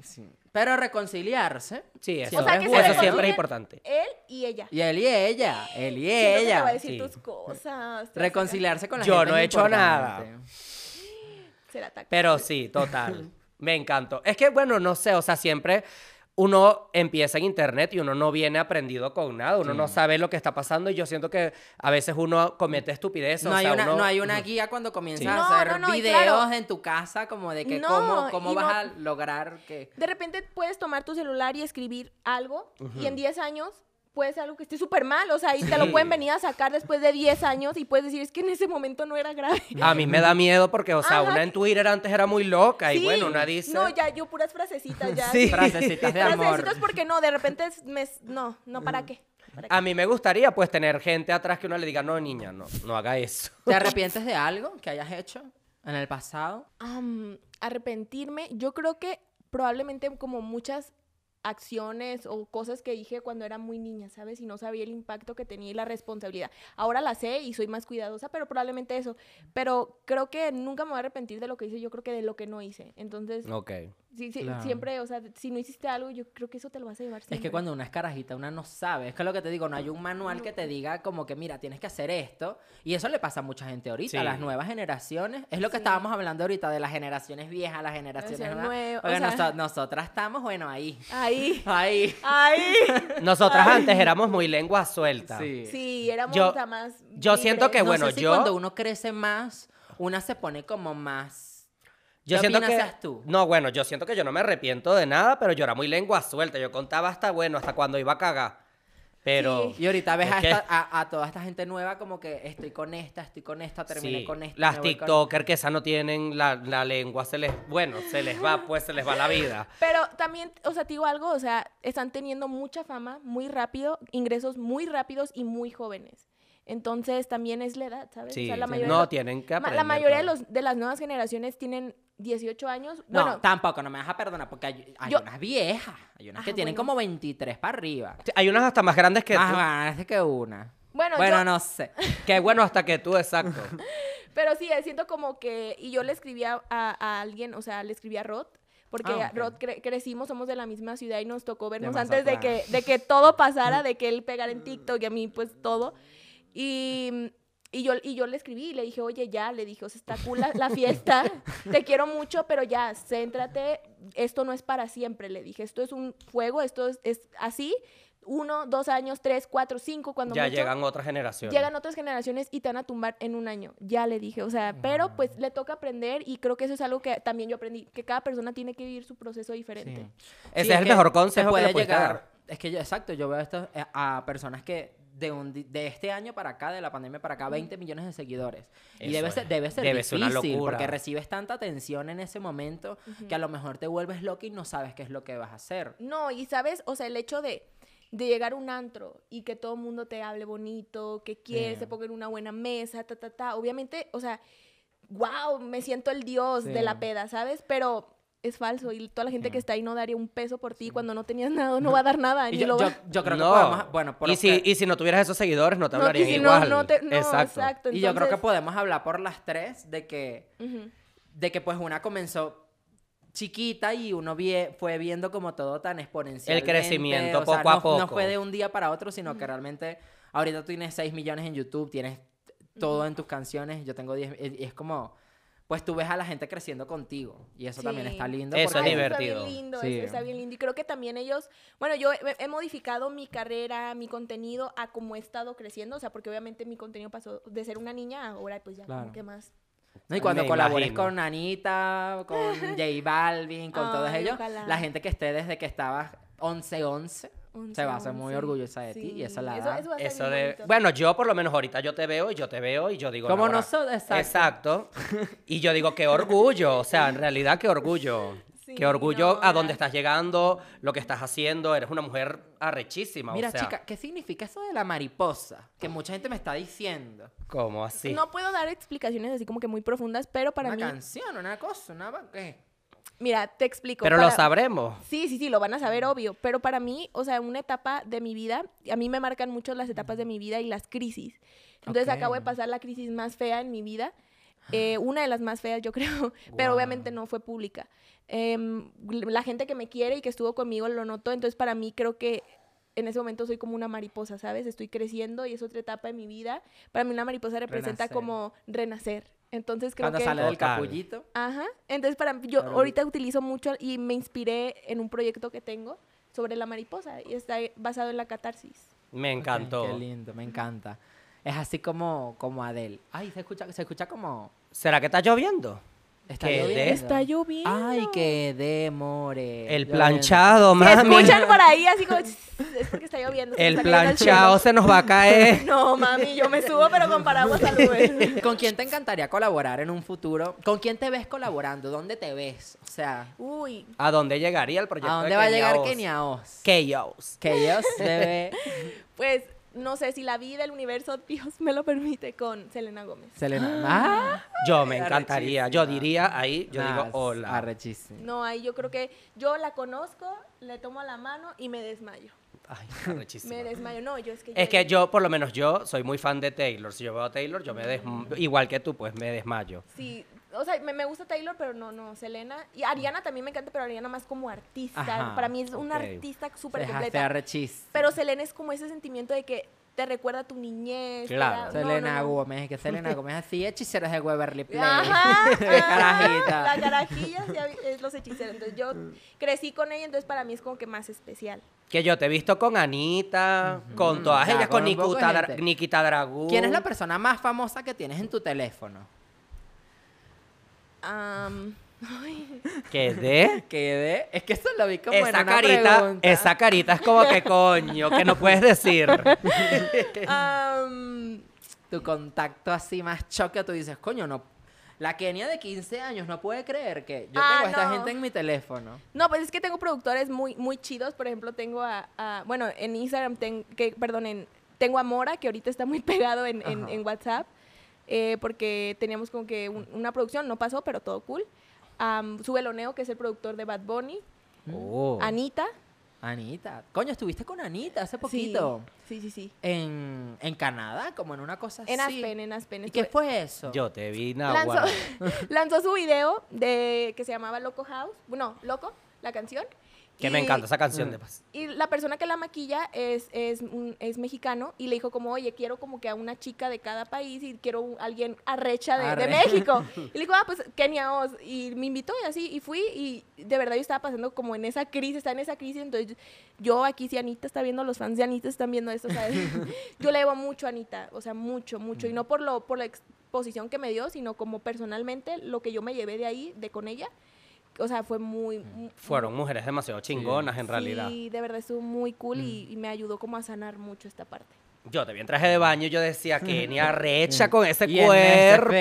Speaker 2: Pero reconciliarse.
Speaker 1: Sí, eso,
Speaker 2: O sea, que
Speaker 1: eso
Speaker 2: se
Speaker 1: siempre
Speaker 3: reconcilien
Speaker 1: es importante.
Speaker 3: Él y ella.
Speaker 2: Y él y ella. Él y
Speaker 3: Siento que te
Speaker 2: ella.
Speaker 3: va a decir
Speaker 1: Eh, sí.
Speaker 3: tus cosas. te va a
Speaker 2: Reconciliarse con la
Speaker 1: Yo
Speaker 2: gente.
Speaker 1: no
Speaker 2: es
Speaker 1: he hecho nada.
Speaker 2: importante.
Speaker 3: sacar- se la ataca.
Speaker 1: Pero sí, total. Me encantó. Es que, bueno, no sé, o sea, siempre uno empieza en internet y uno no viene aprendido con nada, uno no sabe lo que está pasando y yo siento que a veces uno comete estupideces.
Speaker 2: No
Speaker 1: o
Speaker 2: hay,
Speaker 1: sea,
Speaker 2: una,
Speaker 1: uno-
Speaker 2: no hay una guía cuando comienzas
Speaker 1: Sí.
Speaker 2: a
Speaker 3: No,
Speaker 2: hacer
Speaker 3: no, no, y
Speaker 2: videos
Speaker 3: claro.
Speaker 2: en tu casa como de que
Speaker 3: No,
Speaker 2: cómo,
Speaker 3: y
Speaker 2: cómo vas
Speaker 3: no-
Speaker 2: a lograr que...
Speaker 3: De repente puedes tomar tu celular y escribir algo y en 10 años puede ser algo que esté súper mal, o sea, y te
Speaker 1: Sí.
Speaker 3: lo pueden venir a sacar después de 10 años y puedes decir, es que en ese momento no era grave.
Speaker 1: A mí me da miedo porque, o sea,
Speaker 2: Ah,
Speaker 3: Ajá.
Speaker 1: una en Twitter antes era muy loca y
Speaker 3: Sí.
Speaker 1: bueno, una dice...
Speaker 3: No, ya, yo puras frasecitas ya.
Speaker 1: Sí.
Speaker 3: sí.
Speaker 2: Frasecitas de amor.
Speaker 3: Frasecitas porque no, de repente es- me... No, no, ¿para qué? ¿Para qué?
Speaker 1: A mí me gustaría pues tener gente atrás que uno le diga, no, niña, no, no haga eso.
Speaker 2: ¿Te arrepientes de algo que hayas hecho en el pasado?
Speaker 3: Am, arrepentirme, yo creo que probablemente como muchas acciones o cosas que dije cuando era muy niña, ¿sabes? Y no sabía el impacto que tenía y la responsabilidad. Ahora la sé y soy más cuidadosa, pero probablemente eso. Pero creo que nunca me voy a arrepentir de lo que hice, yo creo que de lo que no hice. Entonces,
Speaker 1: Ok.
Speaker 3: sí, sí,
Speaker 2: Claro.
Speaker 3: siempre, o sea, si no hiciste algo, yo creo que eso te lo vas a llevar siempre.
Speaker 2: Es que cuando una es carajita, una no sabe. Es que lo que te digo, no hay un manual que te diga como que, mira, tienes que hacer esto. Y eso le pasa a mucha gente ahorita, a
Speaker 1: Sí.
Speaker 2: las nuevas generaciones. Es lo que
Speaker 3: Sí.
Speaker 2: estábamos hablando ahorita de las generaciones viejas, las generaciones
Speaker 3: Generación
Speaker 2: nuevas.
Speaker 3: nueva, o
Speaker 2: Porque noso-
Speaker 3: sea-
Speaker 2: nosotras estamos, bueno, ahí.
Speaker 3: Ahí,
Speaker 2: Ahí.
Speaker 3: ahí.
Speaker 1: Nosotras antes éramos muy lengua suelta.
Speaker 3: Sí, éramos
Speaker 1: Yo-
Speaker 3: hasta más...
Speaker 1: yo siento
Speaker 3: libres.
Speaker 1: que, Eh, bueno,
Speaker 2: no sé si
Speaker 1: yo-
Speaker 2: cuando uno crece más, una se pone como más...
Speaker 1: Yo
Speaker 2: ¿Qué
Speaker 1: siento
Speaker 2: opinas
Speaker 1: que
Speaker 2: seas tú?
Speaker 1: No, bueno, yo siento que yo no me arrepiento de nada, pero yo era muy lengua suelta. Yo contaba hasta, bueno, hasta cuando iba a cagar. Pero
Speaker 2: Y ahorita ves
Speaker 1: Es
Speaker 2: a,
Speaker 1: que-
Speaker 2: esta- a, a toda esta gente nueva como que estoy con esta, estoy con esta, terminé
Speaker 1: sí,
Speaker 2: con esta.
Speaker 1: las
Speaker 2: me voy con-
Speaker 1: TikTokers que esas no tienen la, la lengua, se les, bueno, se les va, pues se les va la vida.
Speaker 3: Pero también, o sea, te digo algo, o sea, están teniendo mucha fama muy rápido, ingresos muy rápidos y muy jóvenes. Entonces también es la edad, ¿sabes?
Speaker 1: Sí,
Speaker 3: o sea, la mayoría de
Speaker 1: no
Speaker 3: los-
Speaker 1: tienen que
Speaker 3: ma-
Speaker 1: aprender.
Speaker 3: La mayoría de,
Speaker 1: claro.
Speaker 3: los, de las nuevas generaciones tienen 18 años.
Speaker 2: No,
Speaker 3: bueno,
Speaker 2: tampoco, no me vas a perdonar, porque hay, hay
Speaker 3: Yo-
Speaker 2: unas viejas, hay unas que
Speaker 3: Ah,
Speaker 2: tienen
Speaker 3: bueno.
Speaker 2: como 23 para arriba.
Speaker 1: Sí, Hay unas hasta más grandes que
Speaker 2: Más
Speaker 1: tú.
Speaker 2: grandes que una.
Speaker 3: Bueno, yo-
Speaker 2: no sé.
Speaker 1: Que bueno hasta que tú, exacto.
Speaker 3: pero sí, eh, siento como que, y yo le escribía a, a alguien, o sea, le escribí a Rod. Porque
Speaker 2: Ah, ok.
Speaker 3: Rod cre- crecimos, somos de la misma ciudad y nos tocó vernos
Speaker 2: De
Speaker 3: antes de que,
Speaker 2: Mazatlán.
Speaker 3: de que todo pasara, de que él pegara en TikTok y a mí pues todo. Y, y, yo, y yo le escribí y le dije, oye, ya, le dije, o sea, está cool la, la fiesta, te quiero mucho, pero ya, céntrate, esto no es para siempre, le dije, esto es un fuego, esto es, es así, uno, dos años, tres, cuatro, cinco, cuando
Speaker 1: ya
Speaker 3: mucho,
Speaker 1: llegan otras generaciones.
Speaker 3: Llegan otras generaciones y te van a tumbar en un año. Ya le dije, o sea, pero pues
Speaker 2: Ah.
Speaker 3: le toca aprender y creo que eso es algo que también yo aprendí, que cada persona tiene que vivir su proceso diferente.
Speaker 1: Ese
Speaker 2: Sí,
Speaker 1: es el
Speaker 2: que
Speaker 1: mejor
Speaker 2: se
Speaker 1: consejo que
Speaker 2: puede
Speaker 1: le puedes dar.
Speaker 2: Es que yo, exacto, yo veo esto eh, a personas que de, un, di- de este año para acá, de la pandemia para acá, 20 millones de seguidores. y
Speaker 1: Eso
Speaker 2: debe
Speaker 1: es.
Speaker 2: ser, debe ser
Speaker 1: Debe ser
Speaker 2: difícil
Speaker 1: una locura.
Speaker 2: porque recibes tanta atención en ese momento que a lo mejor te vuelves loca y no sabes qué es lo que vas a hacer.
Speaker 3: No, y sabes, o sea, el hecho de, de llegar a un antro y que todo el mundo te hable bonito, que quieres,
Speaker 2: Sí.
Speaker 3: te ponga en una buena mesa, ta, ta, ta. Obviamente, o sea, wow, me siento el dios
Speaker 2: Sí.
Speaker 3: de la peda, ¿sabes? Pero es falso y toda la gente que está ahí no daría un peso por ti cuando no tenías nada, no va a dar nada.
Speaker 2: Y
Speaker 3: ni
Speaker 2: yo,
Speaker 3: lo
Speaker 2: yo-
Speaker 3: va-
Speaker 2: yo creo
Speaker 1: No.
Speaker 2: que podemos, bueno, por
Speaker 1: y,
Speaker 2: lo
Speaker 1: si,
Speaker 2: que-
Speaker 1: y si no tuvieras esos seguidores, no te
Speaker 3: No,
Speaker 1: hablarían
Speaker 3: si no,
Speaker 1: igual.
Speaker 3: no te- no,
Speaker 1: exacto.
Speaker 3: exacto.
Speaker 2: y yo creo que
Speaker 3: entonces-
Speaker 2: podemos hablar por las tres de que
Speaker 3: Ujú.
Speaker 2: de que pues una comenzó chiquita y uno vie- fue viendo como todo tan exponencial.
Speaker 1: crecimiento
Speaker 2: o sea,
Speaker 1: poco a
Speaker 2: no- No
Speaker 1: poco.
Speaker 2: fue de un día para otro, sino que realmente ahorita tú tienes 6 millones en YouTube, tienes todo en tus canciones, yo tengo 10, y es como, pues tú ves a la gente creciendo contigo y eso también
Speaker 3: Sí.
Speaker 2: está lindo.
Speaker 1: Eso es
Speaker 3: Ay,
Speaker 2: porque-
Speaker 1: divertido.
Speaker 3: Está bien lindo,
Speaker 2: Sí.
Speaker 3: eso está bien lindo. Y creo que también ellos, bueno, yo he, he modificado mi carrera, mi contenido a cómo he estado creciendo, o sea, porque obviamente mi contenido pasó de ser una niña a ahora pues ya, como
Speaker 2: Claro.
Speaker 3: que más?
Speaker 2: No, y cuando
Speaker 1: Me
Speaker 2: colabores
Speaker 1: imagino.
Speaker 2: con Anita, con J Balvin, con todos
Speaker 3: Ay,
Speaker 2: ellos,
Speaker 3: ojalá.
Speaker 2: la gente que esté desde que estabas 11-11 se va a hacer muy
Speaker 3: 11.
Speaker 2: orgullosa de ti y eso la
Speaker 3: Eso,
Speaker 2: da.
Speaker 3: va a estar
Speaker 1: Eso
Speaker 3: bien
Speaker 1: de...
Speaker 3: bonito.
Speaker 1: Bueno, yo por lo menos ahorita yo te veo y yo te veo y yo digo...
Speaker 2: Como
Speaker 1: "Naguará".
Speaker 2: nosotros,
Speaker 1: exacto. Y yo digo, qué orgullo. O sea, en realidad, qué orgullo.
Speaker 3: Sí,
Speaker 1: qué orgullo
Speaker 3: no,
Speaker 1: a dónde
Speaker 3: gracias.
Speaker 1: estás llegando, lo que estás haciendo. Eres una mujer arrechísima.
Speaker 2: Mira,
Speaker 1: o sea,
Speaker 2: chica, ¿qué significa eso de la mariposa? Que mucha gente me está diciendo.
Speaker 1: ¿Cómo así?
Speaker 3: No puedo dar explicaciones así como que muy profundas, pero para
Speaker 2: una
Speaker 3: mí,
Speaker 2: canción, una cosa, una... va- ¿Qué?
Speaker 3: mira, te explico.
Speaker 1: Pero lo
Speaker 3: para-
Speaker 1: sabremos.
Speaker 3: Sí, sí, sí, lo van a saber, obvio. Pero para mí, o sea, una etapa de mi vida, a mí me marcan mucho las etapas de mi vida y las crisis. Entonces
Speaker 2: Ok. Ah.
Speaker 3: acabo de pasar la crisis más fea en mi vida. eh, una de las más feas, yo creo, pero
Speaker 2: Guau.
Speaker 3: obviamente no fue pública. Em, la gente que me quiere y que estuvo conmigo lo notó, entonces para mí creo que en ese momento soy como una mariposa, ¿sabes? Estoy creciendo y es otra etapa de mi vida. Para mí una mariposa representa
Speaker 2: Renacer.
Speaker 3: como renacer. Entonces creo
Speaker 2: Cuando
Speaker 3: que...
Speaker 2: sale del
Speaker 1: Total.
Speaker 2: capullito.
Speaker 3: Ajá. Entonces, para mí- yo
Speaker 1: Ah,
Speaker 2: Claro.
Speaker 3: ahorita utilizo mucho y me inspiré en un proyecto que tengo sobre la mariposa y está basado en la catarsis.
Speaker 1: Me encantó.
Speaker 2: Ok, qué lindo, me encanta. Es así como, como Adele. Ay, se escucha, se escucha como...
Speaker 1: ¿Será que está lloviendo?
Speaker 2: Está
Speaker 1: ¿Qué
Speaker 2: lloviendo.
Speaker 1: de?
Speaker 3: Está lloviendo.
Speaker 2: Ay, que demore.
Speaker 1: El
Speaker 2: lloviendo.
Speaker 1: planchado,
Speaker 3: Si
Speaker 1: mami.
Speaker 3: escuchan por ahí así como "Shh, es porque está lloviendo. se me
Speaker 1: El
Speaker 3: está cayendo
Speaker 1: planchado
Speaker 3: cielo".
Speaker 1: se nos va a caer.
Speaker 3: No, mami, yo me subo pero con paraguas al Uber.
Speaker 2: ¿Con quién te encantaría colaborar en un futuro? ¿Con quién te ves colaborando? ¿Dónde te ves? O sea,
Speaker 3: Uy,
Speaker 1: ¿A dónde llegaría el proyecto?
Speaker 2: ¿a dónde
Speaker 1: de
Speaker 2: va a
Speaker 1: Kenia
Speaker 2: llegar
Speaker 1: Oz?
Speaker 2: Kenia Oz?
Speaker 1: Chaos.
Speaker 2: Que ellos debe...
Speaker 3: pues no sé si la vida, el universo, Dios me lo permite, con Selena Gómez.
Speaker 2: Selena. Ah,
Speaker 1: Yo me encantaría. Yo
Speaker 2: Arrechísima.
Speaker 1: diría ahí, yo
Speaker 2: Nah,
Speaker 1: digo
Speaker 2: es
Speaker 1: hola.
Speaker 2: Arrechísimo.
Speaker 3: No, ahí yo creo que yo la conozco, le tomo la mano y me desmayo.
Speaker 1: Ay, arrechísima.
Speaker 3: Me desmayo. No, yo es que.
Speaker 1: Es que yo, por lo menos yo, soy muy fan de Taylor. Si yo veo a Taylor, yo me desmayo. Igual que tú, pues me desmayo.
Speaker 3: Sí, o sea, me, me gusta Taylor, pero no, no, Selena. Y Ariana también me encanta, pero Ariana más como artista.
Speaker 2: Ajá,
Speaker 3: Para mí es una
Speaker 1: ok.
Speaker 3: artista súper
Speaker 2: Dejaste
Speaker 3: completa.
Speaker 2: arrechísimo.
Speaker 3: Pero Selena es como ese sentimiento de que te recuerda a tu niñez. te
Speaker 1: Claro.
Speaker 3: da- no,
Speaker 2: Selena
Speaker 3: no, no.
Speaker 2: Gómez, que Selena Gómez así, hechiceros de Waverly Place.
Speaker 3: Ajá,
Speaker 2: De
Speaker 3: ajá,
Speaker 2: carajita.
Speaker 3: la carajilla sí, es los hechiceros. Entonces yo crecí con ella, entonces para mí es como que más especial.
Speaker 1: Que yo te he visto con Anita, con todas
Speaker 2: Ya,
Speaker 1: ellas,
Speaker 2: con
Speaker 1: con,
Speaker 2: Mm, un poco de
Speaker 1: Nikita, Dra-
Speaker 2: gente.
Speaker 1: Nikita Dragú.
Speaker 2: ¿Quién
Speaker 3: Uh.
Speaker 2: es la persona más famosa que tienes en tu teléfono?
Speaker 3: Am, ay,
Speaker 1: ¿Qué de?
Speaker 2: Quedé. Es que eso lo vi como en
Speaker 1: Esa
Speaker 2: una
Speaker 1: carita,
Speaker 2: pregunta.
Speaker 1: esa carita es como que coño, que no puedes decir.
Speaker 3: am,
Speaker 2: Tu contacto así más choque, tú dices, coño, no. La Kenia de 15 años no puede creer que yo
Speaker 3: Ah,
Speaker 2: tengo a esta
Speaker 3: no.
Speaker 2: gente en mi teléfono.
Speaker 3: No, pues es que tengo productores muy, muy chidos. Por ejemplo, tengo a, a- bueno, en Instagram, ten- que, perdón, en- tengo a Mora, que ahorita está muy pegado en, en-
Speaker 2: Ajá.
Speaker 3: en WhatsApp, eh, porque teníamos como que un- una producción, no pasó, pero todo cool. Am, Subeloneo, que es el productor de Bad Bunny,
Speaker 1: Oh.
Speaker 3: Anita.
Speaker 2: Anita. Coño, estuviste con Anita hace poquito.
Speaker 3: Sí, sí, sí.
Speaker 2: En, en Canadá, como en una cosa
Speaker 3: En
Speaker 2: así.
Speaker 3: Aspen, en Aspen.
Speaker 2: ¿Y qué
Speaker 3: estuve.
Speaker 2: fue Ah, eso?
Speaker 1: Yo te vi
Speaker 3: lanzó,
Speaker 1: Nahuara.
Speaker 3: lanzó su video de que se llamaba Loco House. Bueno, Loco, la canción.
Speaker 1: Que me
Speaker 3: y-
Speaker 1: encanta esa canción de
Speaker 2: Mm.
Speaker 1: paz.
Speaker 3: Y la persona que la maquilla es, es, un- es mexicano y le dijo como, oye, quiero como que a una chica de cada país y quiero un- alguien arrecha de, de
Speaker 2: Arre.
Speaker 3: México. Y le dijo, ah, pues Kenia Oz. Y me invitó y así, y fui y de verdad yo estaba pasando como en esa crisis, está en esa crisis. Entonces yo aquí, si Anita está viendo, los fans de Anita están viendo esto, ¿sabes? yo le debo mucho a Anita, o sea, mucho, mucho. Y no por, lo, por la exposición que me dio, sino como personalmente lo que yo me llevé de ahí, de con ella. O sea, fue muy... mu-
Speaker 1: Fueron mujeres demasiado chingonas en realidad. Mm.
Speaker 3: Sí, de verdad estuvo muy cool y, y me ayudó como a sanar mucho esta parte.
Speaker 1: Yo te vi en traje de baño y yo decía, Kenia recha con ese
Speaker 2: Y en este ese
Speaker 1: cuerpo.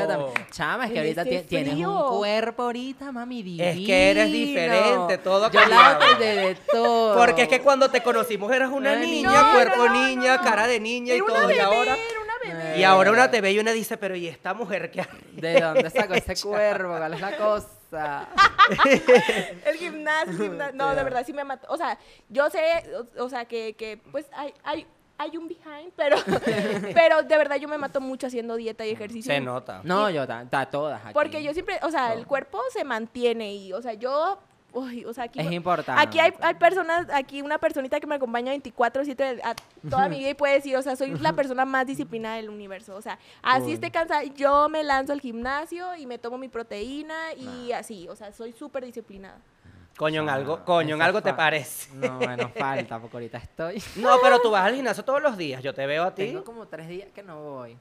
Speaker 2: frío también. Chama, es que
Speaker 3: En
Speaker 2: ahorita
Speaker 3: ese
Speaker 2: ti- tienes
Speaker 3: frío.
Speaker 2: un cuerpo ahorita, mami, divino.
Speaker 1: Es que eres diferente, todo
Speaker 2: Yo la
Speaker 1: cambiado.
Speaker 2: hago de, de todo.
Speaker 1: Porque es que cuando te conocimos eras una
Speaker 2: Ay,
Speaker 1: niña,
Speaker 2: no, Eh.
Speaker 1: cuerpo
Speaker 3: no, no,
Speaker 1: niña,
Speaker 3: no.
Speaker 1: cara de niña y
Speaker 3: Era una
Speaker 1: todo. Y
Speaker 3: bebé,
Speaker 1: ahora,
Speaker 3: era una bebé.
Speaker 1: y ahora una te ve y una dice, pero ¿y esta mujer que
Speaker 2: ¿De dónde sacó ese cuerpo? ¿Cuál es la cosa?
Speaker 3: El gimnasio, el gimnasio. No, de verdad sí me mató. O sea, yo sé, o, o sea, que, que, pues hay, hay, hay un behind, pero, pero de verdad yo me mato mucho haciendo dieta y ejercicio.
Speaker 1: Se nota. Oh.
Speaker 2: No, yo, ta, ta- todas aquí.
Speaker 3: Porque yo siempre, o sea, el
Speaker 2: Todo.
Speaker 3: cuerpo se mantiene y, o sea, yo... uy, o sea, aquí,
Speaker 2: Es importante.
Speaker 3: aquí hay, hay personas, aquí una personita que me acompaña 24-7 a toda mi vida y puede decir, o sea, soy la persona más disciplinada del universo. O sea, así
Speaker 2: Cool.
Speaker 3: esté cansada, yo me lanzo al gimnasio y me tomo mi proteína y así, o sea, soy súper disciplinada.
Speaker 1: Coño, en
Speaker 2: Ah,
Speaker 1: algo, coño, en
Speaker 2: eso
Speaker 1: algo te
Speaker 2: fa-
Speaker 1: parece.
Speaker 2: No, bueno, falta, porque ahorita estoy.
Speaker 1: No, pero tú vas al gimnasio todos los días. Yo te veo a ti.
Speaker 2: Tengo como tres días que no voy.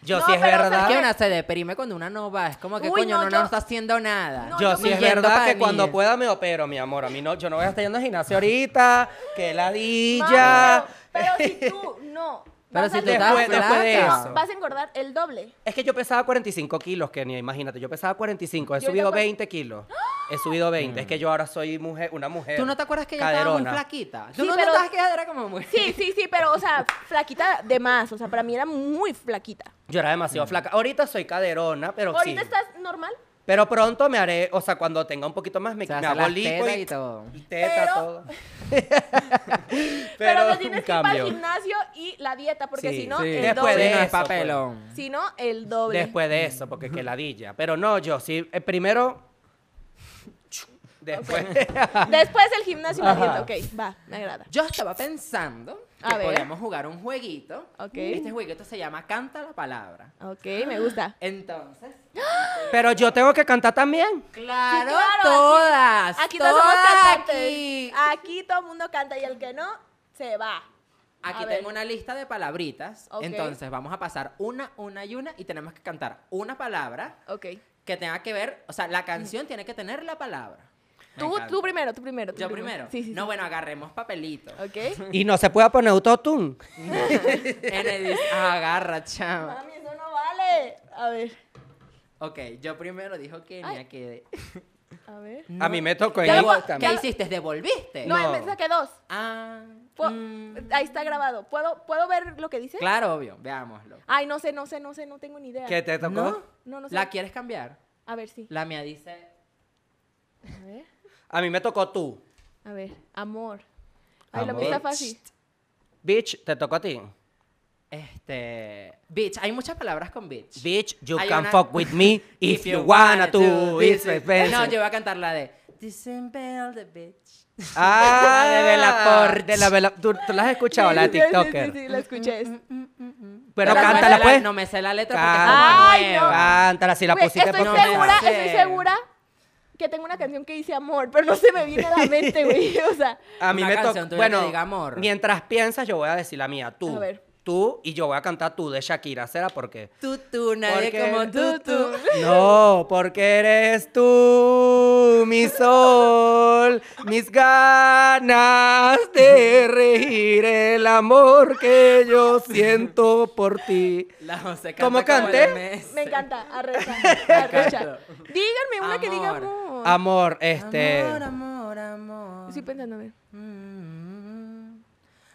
Speaker 1: Yo
Speaker 3: No,
Speaker 1: sí es
Speaker 3: pero, ¿sabes
Speaker 1: verdad.
Speaker 2: Es que
Speaker 3: qué?
Speaker 2: una se deprime cuando una no va. Es como que,
Speaker 3: Uy,
Speaker 2: coño,
Speaker 3: no,
Speaker 2: no, no,
Speaker 3: yo-
Speaker 2: está haciendo nada.
Speaker 3: No,
Speaker 1: yo
Speaker 3: yo
Speaker 1: sí
Speaker 3: me
Speaker 1: es
Speaker 2: yendo
Speaker 1: verdad
Speaker 2: pa'
Speaker 1: que
Speaker 2: mí.
Speaker 1: cuando pueda me opero, mi amor. A mí no, yo no voy a estar yendo al gimnasio ahorita. Que ladilla.
Speaker 3: No, pero, pero si tú no...
Speaker 2: Pero
Speaker 3: vas
Speaker 2: si
Speaker 3: al
Speaker 2: tú estás
Speaker 1: Después-
Speaker 3: gimnasio,
Speaker 1: después de
Speaker 2: flaca.
Speaker 1: eso.
Speaker 3: Vas a engordar el doble.
Speaker 1: Es que yo pesaba 45 kilos, Kenia, imagínate. Yo pesaba 45, he
Speaker 3: Yo ahorita
Speaker 1: subido
Speaker 3: cua-
Speaker 1: 20 kilos. He subido 20.
Speaker 2: Mm.
Speaker 1: Es que yo ahora soy mujer, una mujer.
Speaker 2: ¿Tú no te acuerdas que yo
Speaker 1: caderona.
Speaker 2: estaba muy flaquita? ¿Tú
Speaker 3: Sí,
Speaker 2: no
Speaker 3: pero-
Speaker 2: notabas que era como muy...
Speaker 3: Sí, sí, sí, pero, o sea, flaquita de más. O sea, para mí era muy flaquita.
Speaker 1: Yo era
Speaker 2: Mm.
Speaker 1: demasiado flaca. Ahorita soy caderona, pero sí.
Speaker 3: ¿Ahorita estás normal?
Speaker 1: Pero pronto me haré, o sea, cuando tenga un poquito más, me,
Speaker 2: Se hace
Speaker 1: me hago
Speaker 2: las
Speaker 1: lipo
Speaker 2: tetas
Speaker 1: y,
Speaker 2: y todo.
Speaker 1: y teta,
Speaker 3: Pero-
Speaker 1: todo.
Speaker 3: Pero, te tienes que ir para el gimnasio y la dieta, porque
Speaker 1: Sí,
Speaker 3: si no,
Speaker 1: sí.
Speaker 3: el
Speaker 1: Después
Speaker 3: doble.
Speaker 1: de
Speaker 2: Sí, no es
Speaker 1: eso, pues.
Speaker 2: papelón.
Speaker 3: Si no, el doble.
Speaker 1: Después de eso, porque que ladilla. Pero no, yo sí, eh, primero... Después...
Speaker 3: Después el gimnasio y la
Speaker 1: Ajá.
Speaker 3: dieta. Ok, va, me agrada.
Speaker 2: Yo estaba pensando
Speaker 3: A
Speaker 2: que
Speaker 3: ver.
Speaker 2: podíamos jugar un jueguito.
Speaker 3: Ok.
Speaker 2: Este jueguito se llama Canta la Palabra.
Speaker 3: Ok, me gusta.
Speaker 2: Entonces,
Speaker 1: Pero yo tengo que cantar también.
Speaker 2: claro,
Speaker 3: claro, aquí-
Speaker 2: todas.
Speaker 3: Aquí todos
Speaker 2: todas
Speaker 3: somos cantantes.
Speaker 2: aquí.
Speaker 3: Aquí. todo el mundo canta y el que no, se va.
Speaker 2: Aquí
Speaker 3: A ver.
Speaker 2: tengo una lista de palabritas.
Speaker 3: Ok.
Speaker 2: Entonces, vamos a pasar una, una y una y tenemos que cantar una palabra
Speaker 3: Ok.
Speaker 2: que tenga que ver, o sea, la canción tiene que tener la palabra. Me
Speaker 3: Tú,
Speaker 2: encanta.
Speaker 3: tú primero, tú primero. tú
Speaker 2: Yo primero.
Speaker 3: Sí, sí.
Speaker 2: no,
Speaker 3: sí.
Speaker 2: bueno, agarremos papelitos.
Speaker 3: Ok.
Speaker 1: Y no se puede poner autotune.
Speaker 2: En el-
Speaker 1: Ah,
Speaker 2: agarra, chama.
Speaker 3: Mami, eso no vale. A ver.
Speaker 2: Ok, yo primero dijo Kenia
Speaker 3: Ay.
Speaker 2: que
Speaker 3: A ver.
Speaker 1: A mí me tocó en
Speaker 2: ¿Qué,
Speaker 3: Ya
Speaker 1: Instagram.
Speaker 3: lo-
Speaker 2: devo-
Speaker 3: también.
Speaker 2: ¿Qué hiciste? ¿Devolviste?
Speaker 3: No,
Speaker 1: No.
Speaker 3: me saqué dos.
Speaker 2: Ah.
Speaker 3: Pu-
Speaker 2: mm,
Speaker 3: Ahí está grabado. ¿Puedo, ¿Puedo ver lo que dice?
Speaker 2: claro, obvio. Veámoslo.
Speaker 3: Ay, no sé, no sé, no sé, no tengo ni idea.
Speaker 1: ¿Qué te tocó?
Speaker 2: ¿No?
Speaker 3: No, no sé.
Speaker 2: ¿La quieres cambiar?
Speaker 3: A ver, sí.
Speaker 2: La mía dice.
Speaker 3: A ver.
Speaker 1: A mí me tocó tú.
Speaker 3: A ver. Amor. Ay, la
Speaker 1: Amor.
Speaker 3: pista fácil.
Speaker 1: Bitch, te tocó a ti.
Speaker 2: Este. Bitch. Hay muchas palabras con bitch.
Speaker 1: Bitch, you
Speaker 2: Hay
Speaker 1: can
Speaker 2: una-
Speaker 1: fuck with me if you wanna to. It's expensive.
Speaker 2: No, yo voy a cantar la de. Disembel the bitch.
Speaker 1: Ah,
Speaker 2: La de Belaport.
Speaker 1: De la Bela- ¿Tú, tú la has escuchado, la de
Speaker 3: Sí, sí, sí,
Speaker 1: TikToker.
Speaker 3: Sí, sí, la escuché.
Speaker 1: Pero
Speaker 2: no me sé
Speaker 1: cántala,
Speaker 2: la-
Speaker 1: pues.
Speaker 2: No me sé la letra
Speaker 1: Cántala.
Speaker 2: porque es
Speaker 3: Ay,
Speaker 2: como
Speaker 3: no.
Speaker 2: nueva.
Speaker 1: Cántala, si la
Speaker 3: Güey,
Speaker 1: pusiste
Speaker 3: estoy
Speaker 1: por
Speaker 2: me la
Speaker 3: segura,
Speaker 2: sé.
Speaker 3: estoy segura que tengo una canción que dice amor, pero no se me viene a la mente, güey. O sea,
Speaker 1: A mí
Speaker 2: Una
Speaker 1: me tocó.
Speaker 2: canción tuya que
Speaker 1: Bueno,
Speaker 2: diga amor.
Speaker 1: mientras piensas, yo voy a decir la mía. Tú.
Speaker 3: A ver.
Speaker 1: Tú y yo voy a cantar tú de Shakira. ¿Será por qué?
Speaker 2: Tú, tú, nadie
Speaker 1: Porque-
Speaker 2: como tú, tú.
Speaker 1: No, porque eres tú, mi sol, mis ganas de reír, el amor que yo siento por ti.
Speaker 2: La José canta
Speaker 1: ¿Cómo
Speaker 2: como
Speaker 1: canté?
Speaker 2: la Messi.
Speaker 3: me encanta, arrecha, arrecha. Díganme una que diga
Speaker 2: Amor.
Speaker 3: amor.
Speaker 1: Amor, este.
Speaker 2: Amor, amor, amor.
Speaker 3: Estoy pensando, a ver.
Speaker 2: Mm,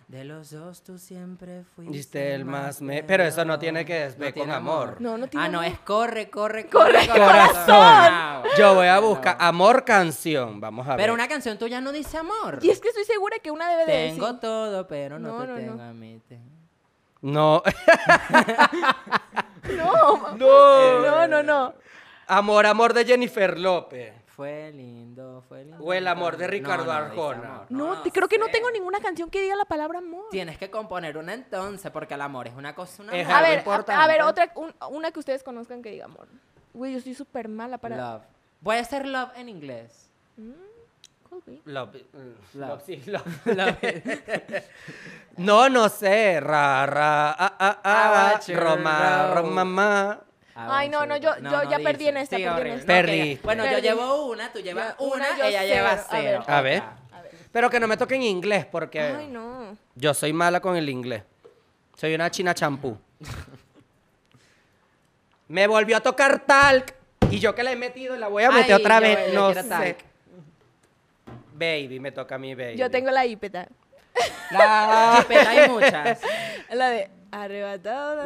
Speaker 2: De los dos tú siempre fuiste.
Speaker 1: Diste el más me- pero eso no tiene que
Speaker 2: bello.
Speaker 1: ver con
Speaker 2: tiene
Speaker 1: amor.
Speaker 3: No, no tiene
Speaker 2: Ah, no,
Speaker 3: amor.
Speaker 2: es corre, corre,
Speaker 3: Corre,
Speaker 1: Corazón.
Speaker 2: Bravo.
Speaker 1: Yo voy a buscar amor canción. Vamos a ver.
Speaker 2: Pero una canción tuya no dice amor.
Speaker 3: Y es que estoy segura que una debe de
Speaker 2: Tengo
Speaker 3: decir.
Speaker 2: todo, pero no,
Speaker 3: No,
Speaker 2: te
Speaker 3: no, no.
Speaker 2: tengo a mí. te-
Speaker 1: No.
Speaker 3: No,
Speaker 1: No.
Speaker 3: no, no,
Speaker 1: Eh,
Speaker 3: no.
Speaker 1: Amor, amor de Jennifer López.
Speaker 2: Fue lindo, fue lindo.
Speaker 1: O el amor de
Speaker 2: No,
Speaker 1: Ricardo
Speaker 2: no, dice
Speaker 1: Arjona.
Speaker 2: amor.
Speaker 3: No, te- creo que no
Speaker 2: sé.
Speaker 3: tengo ninguna canción que diga la palabra amor.
Speaker 2: Tienes que componer una entonces, porque el amor es una cosa, una
Speaker 1: Es
Speaker 3: A
Speaker 1: algo
Speaker 3: ver, a, a ver,
Speaker 1: importante.
Speaker 3: otra, un- una que ustedes conozcan que diga amor. Güey, yo soy súper mala para...
Speaker 2: Love. Voy a hacer love en inglés.
Speaker 3: Could be.
Speaker 1: Love. Love, Mm, sí, love.
Speaker 2: Love.
Speaker 1: No, no sé. Ra, ra, ah, ah,
Speaker 2: I
Speaker 1: ah,
Speaker 2: want you
Speaker 1: Roma,
Speaker 2: now.
Speaker 1: Roma, ma.
Speaker 3: Ay, no, no, yo- yo ya perdí en esta,
Speaker 2: Sí,
Speaker 3: perdí en
Speaker 2: horrible.
Speaker 3: esta.
Speaker 2: Ok,
Speaker 1: Perdiste.
Speaker 2: Bueno, yo
Speaker 3: Perdí.
Speaker 2: llevo una, tú llevas
Speaker 3: Ya, una,
Speaker 2: una,
Speaker 3: yo
Speaker 2: ella lleva
Speaker 3: cero.
Speaker 2: cero.
Speaker 1: A ver.
Speaker 2: Otra.
Speaker 1: Pero que no me toque en inglés porque
Speaker 3: Ay, no.
Speaker 1: yo soy mala con el inglés. Soy una china champú. me volvió a tocar talc. Y yo que la he metido, la voy a meter
Speaker 2: Ay,
Speaker 1: otra
Speaker 2: yo-
Speaker 1: vez.
Speaker 2: yo
Speaker 1: No
Speaker 2: quiero
Speaker 1: sé.
Speaker 2: talc.
Speaker 1: Baby, me toca a mí, baby.
Speaker 3: Yo tengo la hipeta.
Speaker 1: La-
Speaker 2: Chipeta hay muchas.
Speaker 3: La de arrebatado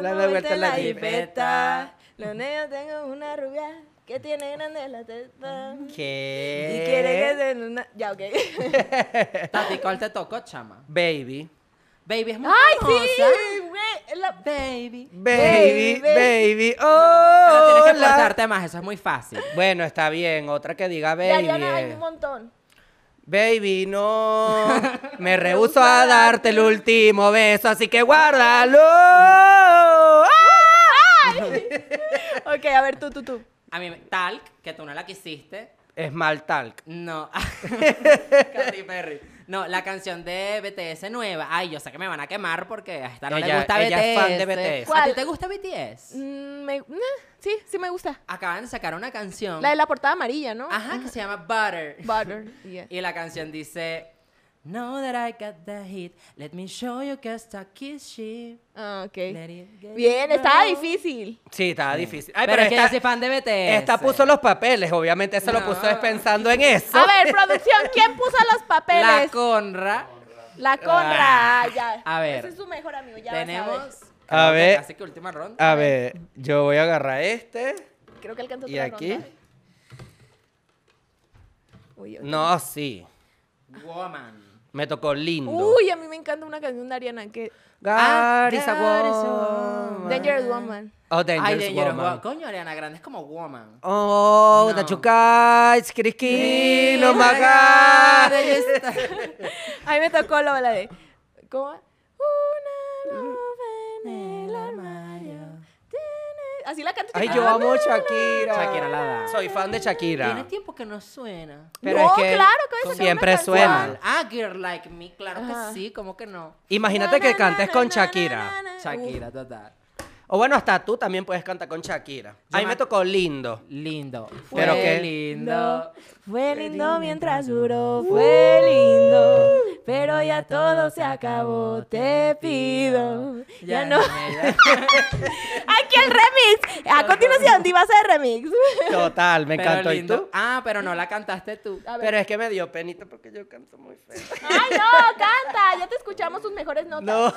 Speaker 1: La
Speaker 3: la
Speaker 1: de
Speaker 3: de
Speaker 1: vuelta en la
Speaker 3: la
Speaker 2: jipeta.
Speaker 3: jipeta. Lo negro tengo una rubia que tiene grande la teta.
Speaker 1: ¿Qué?
Speaker 3: Y quiere que se una... Ya, ok.
Speaker 2: Tati Cole te tocó, chama.
Speaker 1: Baby.
Speaker 2: Baby es muy
Speaker 3: ¡Ay,
Speaker 2: famosa.
Speaker 3: sí! Güey, es la...
Speaker 2: Baby.
Speaker 1: Baby,
Speaker 3: Baby.
Speaker 1: baby,
Speaker 2: Pero
Speaker 1: oh.
Speaker 2: tienes que portarte más, eso es muy fácil.
Speaker 1: Bueno, está bien. Otra que diga
Speaker 3: De
Speaker 1: baby.
Speaker 3: Ariana hay
Speaker 1: eh.
Speaker 3: un montón.
Speaker 1: Baby, no. Me rehuso a darte el último beso, así que guárdalo. ¡Ah!
Speaker 3: Ok, a ver, tú, tú, tú.
Speaker 2: A mí, me- Talk, que tú no la quisiste.
Speaker 1: Es mal talc.
Speaker 2: No. Katy Perry. No, la canción de BTS nueva. Ay, yo sé que me van a quemar porque a esta no le
Speaker 1: Ella-
Speaker 2: gusta
Speaker 1: ella es fan de
Speaker 2: BTS.
Speaker 1: BTS.
Speaker 2: ¿A ti
Speaker 3: ¿Cuál?
Speaker 2: te gusta BTS?
Speaker 3: Mm, me- nah, sí, sí me gusta.
Speaker 2: Acaban de sacar una canción.
Speaker 3: La de la portada amarilla, ¿no?
Speaker 2: Ajá, que se llama Butter.
Speaker 3: Butter. yeah.
Speaker 2: Ah. Y la canción dice... Know that I got the hit. Let me show you just a kiss she.
Speaker 3: Ah, ok.
Speaker 2: Let it get
Speaker 3: Bien,
Speaker 2: it
Speaker 3: estaba
Speaker 2: low.
Speaker 3: difícil.
Speaker 1: Sí, estaba difícil. Ay,
Speaker 2: pero, es que yo
Speaker 1: esta,
Speaker 2: soy fan de BTS.
Speaker 1: esta puso los papeles, obviamente se lo
Speaker 2: No.
Speaker 1: puso es pensando en eso.
Speaker 3: A ver, producción, ¿quién puso los
Speaker 2: La
Speaker 3: papeles?
Speaker 2: Conra.
Speaker 3: La Conra. Ah, ya.
Speaker 2: A ver.
Speaker 3: Ese es su mejor amigo, ya vas a ver.
Speaker 2: Tenemos...
Speaker 1: A
Speaker 2: creo que
Speaker 1: ver.
Speaker 2: Casi que última ronda.
Speaker 1: A ver, yo voy a agarrar este.
Speaker 3: Creo que alcanzó
Speaker 1: ¿Y
Speaker 3: otra
Speaker 1: aquí?
Speaker 3: ronda. Uy, ok.
Speaker 1: No, sí.
Speaker 2: Woman.
Speaker 1: Me tocó lindo.
Speaker 3: Uy, a mí me encanta una canción de Ariana que
Speaker 2: Ah,
Speaker 1: God is a
Speaker 2: God is a
Speaker 1: woman.
Speaker 2: woman.
Speaker 3: Dangerous Woman.
Speaker 1: Oh, Dangerous
Speaker 2: Ay, Dangerous
Speaker 1: Woman.
Speaker 2: Woman. Coño, Ariana Grande es como Woman.
Speaker 1: Oh,
Speaker 2: No.
Speaker 1: that you guys, Criquín, oh my God.
Speaker 3: A mí me tocó la la de ¿Cómo? Una nube en el armario. tiene- Así la canto
Speaker 1: Ay,
Speaker 3: chiquita.
Speaker 1: yo amo Shakira.
Speaker 2: Shakira la da.
Speaker 1: Soy fan de
Speaker 2: Tiene
Speaker 1: Shakira.
Speaker 2: tiempo que no suena.
Speaker 3: No, claro que voy a sacar
Speaker 1: siempre
Speaker 3: una canción.
Speaker 1: suena.
Speaker 2: Ah, Girl Like Me, claro
Speaker 3: Ajá.
Speaker 2: que sí, ¿cómo que no?
Speaker 1: Imagínate que
Speaker 3: Na, na,
Speaker 1: cantes
Speaker 3: na,
Speaker 1: con
Speaker 3: na,
Speaker 1: Shakira.
Speaker 3: na, na, na.
Speaker 2: Shakira, total.
Speaker 1: O bueno, hasta tú también puedes cantar con Shakira. A mí
Speaker 2: me-
Speaker 1: me tocó lindo.
Speaker 2: Lindo.
Speaker 1: Pero
Speaker 2: Fue
Speaker 1: qué
Speaker 2: lindo.
Speaker 3: Fue lindo mientras duró, fue lindo. pero ya todo se acabó, te pido. Ya no.
Speaker 2: niña,
Speaker 3: Aquí el remix. A continuación, divas de remix.
Speaker 1: Total, me
Speaker 2: Pero
Speaker 1: encantó. ¿Y
Speaker 2: lindo.
Speaker 1: tú? Ah,
Speaker 2: Ah, pero no la cantaste tú.
Speaker 3: A ver.
Speaker 1: Pero es que me dio penita porque yo canto muy feo.
Speaker 3: Ay, no, canta. Ya te escuchamos tus mejores notas.
Speaker 1: No,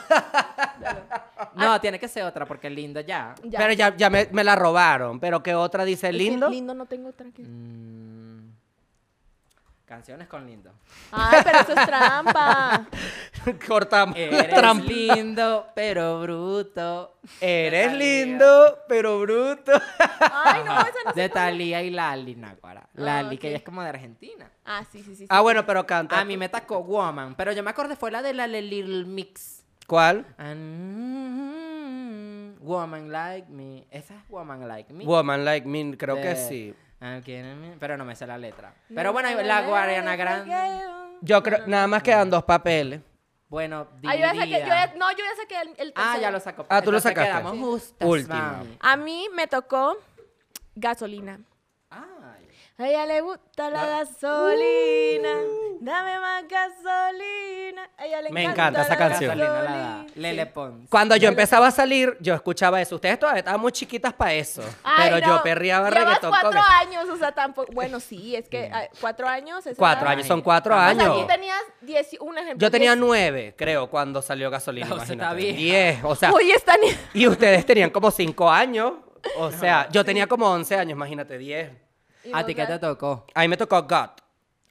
Speaker 1: ah.
Speaker 2: No, tiene que ser otra porque lindo ya.
Speaker 3: Ya.
Speaker 1: pero ya, ya me, me la robaron. Pero que otra dice
Speaker 3: Es que
Speaker 1: lindo.
Speaker 3: Lindo no tengo otra que-
Speaker 2: Mm, Canciones con lindo.
Speaker 3: Ay, pero eso es trampa.
Speaker 1: Cortamos. la
Speaker 2: Eres
Speaker 1: trampa.
Speaker 2: lindo, pero bruto.
Speaker 1: Eres
Speaker 2: Talía.
Speaker 1: lindo, pero bruto.
Speaker 3: Ay, no, esa no
Speaker 2: De
Speaker 3: se puede.
Speaker 2: Talía y Lali, Naguara. Lali,
Speaker 3: ok.
Speaker 2: que ella es como de Argentina.
Speaker 3: Ah, sí, sí, sí. sí.
Speaker 1: Ah, bueno, pero canta.
Speaker 2: A mí me tacó Woman, pero yo me acordé, fue la de la de Lil Mix. mm,
Speaker 1: ¿Cuál?
Speaker 2: And- mm, woman Like Me. Esa es Woman Like Me.
Speaker 1: Woman Like Me, creo que
Speaker 2: De-
Speaker 1: sí.
Speaker 2: I'm kidding me, Pero Eh, ah, no me sé la letra. Pero bueno, la Guariana Grande.
Speaker 1: Yo creo, nada más quedan dos papeles.
Speaker 2: Bueno,
Speaker 3: Ah, yo ya saqué, yo
Speaker 2: diría-
Speaker 3: ya- no, yo ya saqué el, el
Speaker 2: Ah, ya
Speaker 3: tercero.
Speaker 2: lo sacó.
Speaker 1: Ah, tú lo
Speaker 2: Entonces
Speaker 1: sacaste.
Speaker 2: Quedamos
Speaker 1: Sí.
Speaker 2: justas,
Speaker 1: Última.
Speaker 2: mami.
Speaker 3: A mí me tocó gasolina.
Speaker 2: Ay.
Speaker 3: A ella le gusta la gasolina. Dame más gasolina. A ella le
Speaker 1: Me encanta
Speaker 3: encanta,
Speaker 1: esa
Speaker 3: la
Speaker 1: canción.
Speaker 2: Gasolina la da.
Speaker 3: gasolina.
Speaker 2: Lele Pons.
Speaker 1: Cuando yo empezaba a salir, yo escuchaba eso. Ustedes todavía estaban muy chiquitas para eso.
Speaker 3: Ay,
Speaker 1: pero
Speaker 3: no.
Speaker 1: yo perreaba
Speaker 3: Llevas
Speaker 1: reggaetón
Speaker 3: cuatro
Speaker 1: con eso.
Speaker 3: años, o sea, tampoco. Bueno, sí, es
Speaker 2: Mm.
Speaker 3: que ah, cuatro años. es
Speaker 1: Cuatro
Speaker 3: una-
Speaker 1: años, son cuatro
Speaker 2: O sea,
Speaker 3: O sea,
Speaker 1: años.
Speaker 3: tú tenías dieci- un ejemplo.
Speaker 1: Yo tenía
Speaker 3: diez-
Speaker 1: nueve, creo, cuando salió gasolina.
Speaker 2: No, o sea, está
Speaker 1: imagínate.
Speaker 2: vieja.
Speaker 1: Diez, o sea.
Speaker 3: Oye, están.
Speaker 1: Y ustedes tenían como cinco años. O sea, yo tenía como once años, imagínate, diez.
Speaker 2: ¿A ti qué te tocó?
Speaker 1: A mí me tocó God.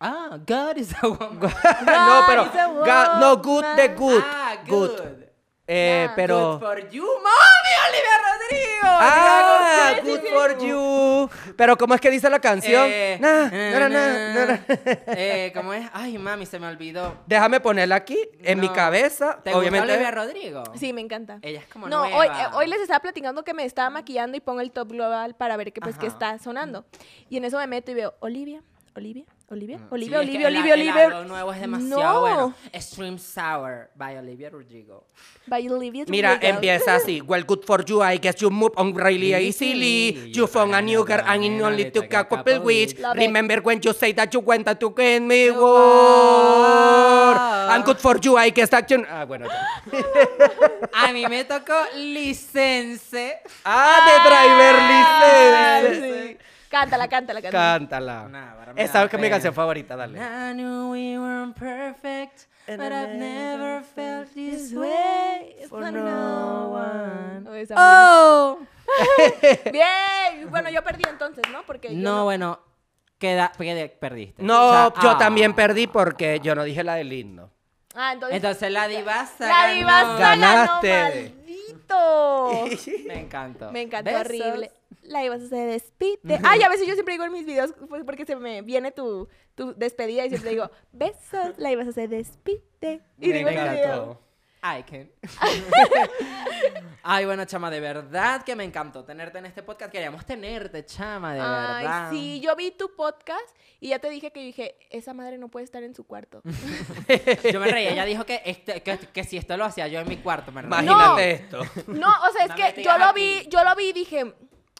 Speaker 2: Ah, God is a woman.
Speaker 1: no, pero.
Speaker 3: is a
Speaker 1: God, no, good de
Speaker 3: woman.
Speaker 1: good.
Speaker 2: Ah,
Speaker 1: good.
Speaker 2: good.
Speaker 1: Eh,
Speaker 3: Ah.
Speaker 1: pero.
Speaker 2: Good for you, mami, Olivia Rodrigo.
Speaker 1: Ah,
Speaker 2: Mira,
Speaker 1: good
Speaker 2: sí, sí,
Speaker 1: for
Speaker 2: sí.
Speaker 1: you. Pero ¿cómo es que dice la canción?
Speaker 2: Eh,
Speaker 1: Nah,
Speaker 2: eh,
Speaker 1: na, na,
Speaker 2: na.
Speaker 1: na, na.
Speaker 2: Eh, ¿Cómo es? Ay, mami, se me olvidó.
Speaker 1: Déjame ponerla aquí en mi
Speaker 2: No.
Speaker 1: cabeza,
Speaker 2: ¿Te
Speaker 1: obviamente.
Speaker 2: gusta Olivia Rodrigo?
Speaker 3: Sí, me encanta.
Speaker 2: Ella es como
Speaker 3: No, hoy,
Speaker 2: nueva.
Speaker 3: eh, hoy les estaba platicando que me estaba maquillando y pongo el top global para ver qué pues qué
Speaker 2: Ajá.
Speaker 3: está sonando. Y en eso me meto y veo Olivia, Olivia, Olivia,
Speaker 2: Mm,
Speaker 3: Olivia,
Speaker 2: sí, es que
Speaker 3: Olivia,
Speaker 2: el-
Speaker 3: Olivia, Olivia.
Speaker 2: El álbum nuevo es demasiado
Speaker 3: no.
Speaker 2: bueno. Stream Sour by Olivia Rodrigo.
Speaker 3: By Olivia
Speaker 1: Mira,
Speaker 3: Rodrigo.
Speaker 1: empieza así. Well, good for you. I guess you move on really easily. You found a new girl and it only took a couple weeks.
Speaker 3: Love it.
Speaker 1: Remember when you say that you went to get me war. And good for you. I guess that you... Ah, bueno. ya.
Speaker 2: A mí me tocó License.
Speaker 1: Ah, de
Speaker 3: Ay,
Speaker 1: Driver License.
Speaker 3: sí. Cántala, cántala, cántala.
Speaker 1: Cántala.
Speaker 2: Nah, ahora me
Speaker 1: Esa
Speaker 2: da
Speaker 1: es que es mi
Speaker 2: pena.
Speaker 1: canción favorita, dale.
Speaker 2: I knew we weren't perfect,
Speaker 1: And
Speaker 2: but
Speaker 1: I
Speaker 2: I've never felt this
Speaker 3: This
Speaker 2: way
Speaker 3: way
Speaker 2: for no one.
Speaker 3: Oh, esa
Speaker 2: Oh.
Speaker 3: buena. Bien. Bueno, yo perdí entonces, ¿no? Porque yo
Speaker 2: No, bueno, queda, quede- perdiste.
Speaker 1: No,
Speaker 2: O sea,
Speaker 1: yo
Speaker 2: ah.
Speaker 1: también perdí porque yo no dije la del himno.
Speaker 3: Ah, entonces.
Speaker 2: Entonces la divasa.
Speaker 3: la
Speaker 2: ganó.
Speaker 3: divasa
Speaker 1: Ganaste.
Speaker 3: ganó, maldito.
Speaker 2: Me encantó.
Speaker 3: Me encantó
Speaker 2: Besos.
Speaker 3: horrible. La ibas a hacer despite. Ay, a veces yo siempre digo en mis videos, pues porque se me viene tu, tu despedida y siempre digo, besos, la ibas a hacer despite. Y
Speaker 1: Me
Speaker 3: digo en el video.
Speaker 1: encantó.
Speaker 2: I can. Ay, bueno, chama, de verdad que me encantó tenerte en este podcast. Queríamos tenerte, chama, de
Speaker 3: Ay,
Speaker 2: verdad.
Speaker 3: sí, yo vi tu podcast y ya te dije que dije, esa madre no puede estar en su cuarto.
Speaker 2: Yo me reía. Ella dijo que, este- que, que si esto lo hacía yo en mi cuarto, me reía.
Speaker 1: Imagínate esto.
Speaker 3: No, o sea, es
Speaker 2: No me
Speaker 3: que yo
Speaker 2: digas
Speaker 3: lo
Speaker 2: aquí.
Speaker 3: vi, yo lo vi y dije,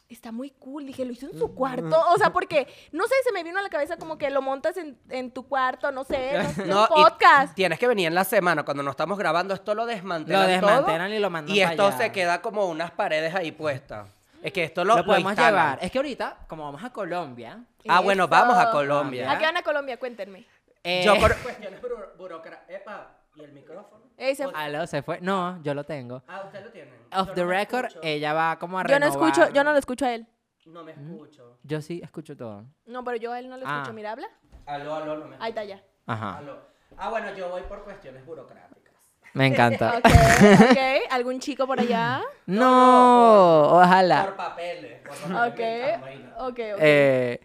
Speaker 3: está muy cool. Dije, lo hizo en su cuarto. O sea, porque, no sé, se me vino a la cabeza como que lo montas en, en tu cuarto, no sé, no, sé, un
Speaker 1: No, y
Speaker 3: podcast.
Speaker 1: Tienes que venir en la semana. Cuando no estamos grabando, esto lo desmantelan.
Speaker 2: Lo
Speaker 1: todo,
Speaker 2: desmantelan y lo mandan
Speaker 1: Y
Speaker 2: pa'
Speaker 1: esto
Speaker 2: allá.
Speaker 1: se queda como unas paredes ahí puestas. Es que esto lo,
Speaker 2: Lo, podemos
Speaker 1: instalan.
Speaker 2: llevar. Es que ahorita, como vamos a Colombia,
Speaker 1: Ah, bueno, vamos a
Speaker 3: Eso.
Speaker 1: Colombia.
Speaker 3: ¿A qué van a Colombia? Cuéntenme.
Speaker 2: eh,
Speaker 1: Yo por cuestiones burocráticas. Epa, ¿y el micrófono?
Speaker 3: Ey, se-
Speaker 2: Aló, se fue. No, yo lo tengo.
Speaker 1: Ah, usted lo tiene.
Speaker 2: Off the record, ella va como a
Speaker 3: Yo no
Speaker 2: renovar.
Speaker 3: escucho, yo no lo escucho a él.
Speaker 1: No me escucho.
Speaker 2: Yo sí escucho todo.
Speaker 3: No, pero yo a él no lo
Speaker 2: Ah.
Speaker 3: escucho. Mira, habla.
Speaker 1: Aló, aló, no me
Speaker 3: Ahí está ya.
Speaker 2: Ajá.
Speaker 1: Aló. Ah, bueno, yo voy por cuestiones burocráticas.
Speaker 2: Me encanta.
Speaker 3: Ok, ok. ¿Algún chico por allá?
Speaker 2: No, ojalá.
Speaker 1: Por papeles. por
Speaker 3: Ah. Ok,
Speaker 1: papeles, imagínate.
Speaker 3: ok, ok.
Speaker 2: Eh,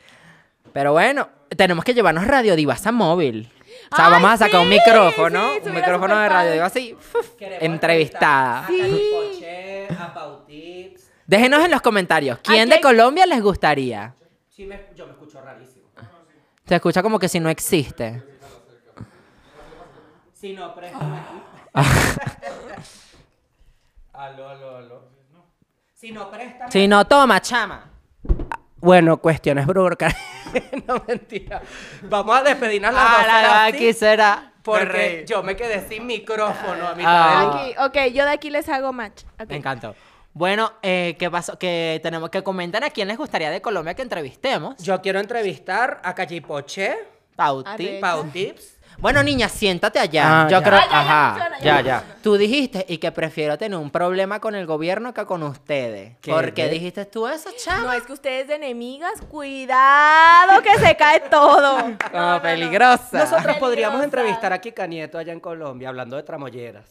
Speaker 2: pero bueno, tenemos que llevarnos Radio Divasa móvil. O sea,
Speaker 3: ¡Ay,
Speaker 2: vamos a sacar un
Speaker 3: sí!
Speaker 2: micrófono,
Speaker 3: Sí,
Speaker 2: un
Speaker 3: estuviera
Speaker 2: micrófono de
Speaker 3: súper
Speaker 2: Radio
Speaker 3: padre.
Speaker 2: Diva así, fuf,
Speaker 1: Queremos
Speaker 2: entrevistada.
Speaker 1: entrevistar A Carlos
Speaker 3: Sí.
Speaker 1: Poché, a Pau Tips.
Speaker 2: Déjenos en los comentarios, ¿quién
Speaker 3: Aquí
Speaker 2: de
Speaker 3: hay-
Speaker 2: Colombia les gustaría?
Speaker 1: Sí, me- yo me escucho rarísimo.
Speaker 2: Se escucha como que si no existe.
Speaker 1: Si no, préstame aquí.
Speaker 3: Ah.
Speaker 1: aló, aló, aló. Si no, préstame.
Speaker 2: Si no, toma, chama.
Speaker 1: Bueno, cuestiones burocráticas. no, mentira. Vamos a despedirnos las dos.
Speaker 2: Ah,
Speaker 1: ahora sí,
Speaker 2: aquí será.
Speaker 1: Porque yo me quedé sin micrófono a mitad
Speaker 2: Ah.
Speaker 1: del-
Speaker 3: Aquí, ok, yo de aquí les hago match. ok.
Speaker 2: Me encantó. Bueno, eh, ¿qué pasó? Que tenemos que comentar a quién les gustaría de Colombia que entrevistemos.
Speaker 1: Yo quiero entrevistar a Cachipoche,
Speaker 2: Pauti.
Speaker 3: Arre.
Speaker 1: Pau Tips.
Speaker 2: Bueno, niña, siéntate allá.
Speaker 1: Ah,
Speaker 2: yo
Speaker 1: ya.
Speaker 2: creo.
Speaker 1: Ah,
Speaker 3: ya, ya,
Speaker 2: ajá.
Speaker 3: funciona, ya,
Speaker 1: ya.
Speaker 2: Tú dijiste y que prefiero tener un problema con el gobierno que con ustedes.
Speaker 1: ¿Qué?
Speaker 2: ¿Por qué dijiste tú eso,
Speaker 3: No,
Speaker 2: chama?
Speaker 3: es que ustedes de enemigas, cuidado que se cae todo. No, no, no.
Speaker 2: peligrosa.
Speaker 1: Nosotros podríamos
Speaker 3: Peligrosa.
Speaker 1: entrevistar a Kika Nieto allá en Colombia, hablando de tramoyeras.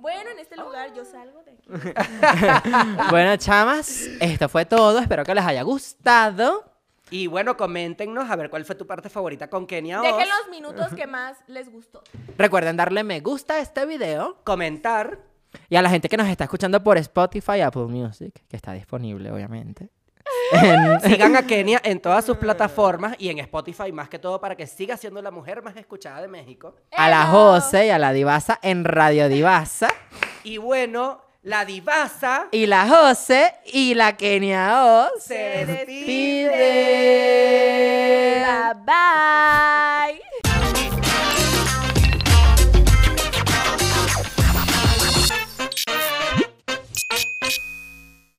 Speaker 3: Bueno, en este lugar yo salgo de aquí.
Speaker 2: bueno, chamas, esto fue todo. Espero que les haya gustado.
Speaker 1: Y bueno, coméntenos a ver cuál fue tu parte favorita con Kenia Oz.
Speaker 3: Dejen los minutos que más les gustó.
Speaker 2: Recuerden darle me gusta a este video.
Speaker 1: Comentar.
Speaker 2: Y a la gente que nos está escuchando por Spotify, Apple Music, que está disponible, obviamente. En-
Speaker 1: Sigan a Kenia en todas sus plataformas y en Spotify más que todo para que siga siendo la mujer más escuchada de México.
Speaker 2: a la
Speaker 3: ¡Eso!
Speaker 2: Jose y a la Divasa en Radio Divasa.
Speaker 1: Y bueno, la divasa
Speaker 2: Y la Jose y la Kenia Oz.
Speaker 1: se
Speaker 3: Se
Speaker 1: despide.
Speaker 2: Pide.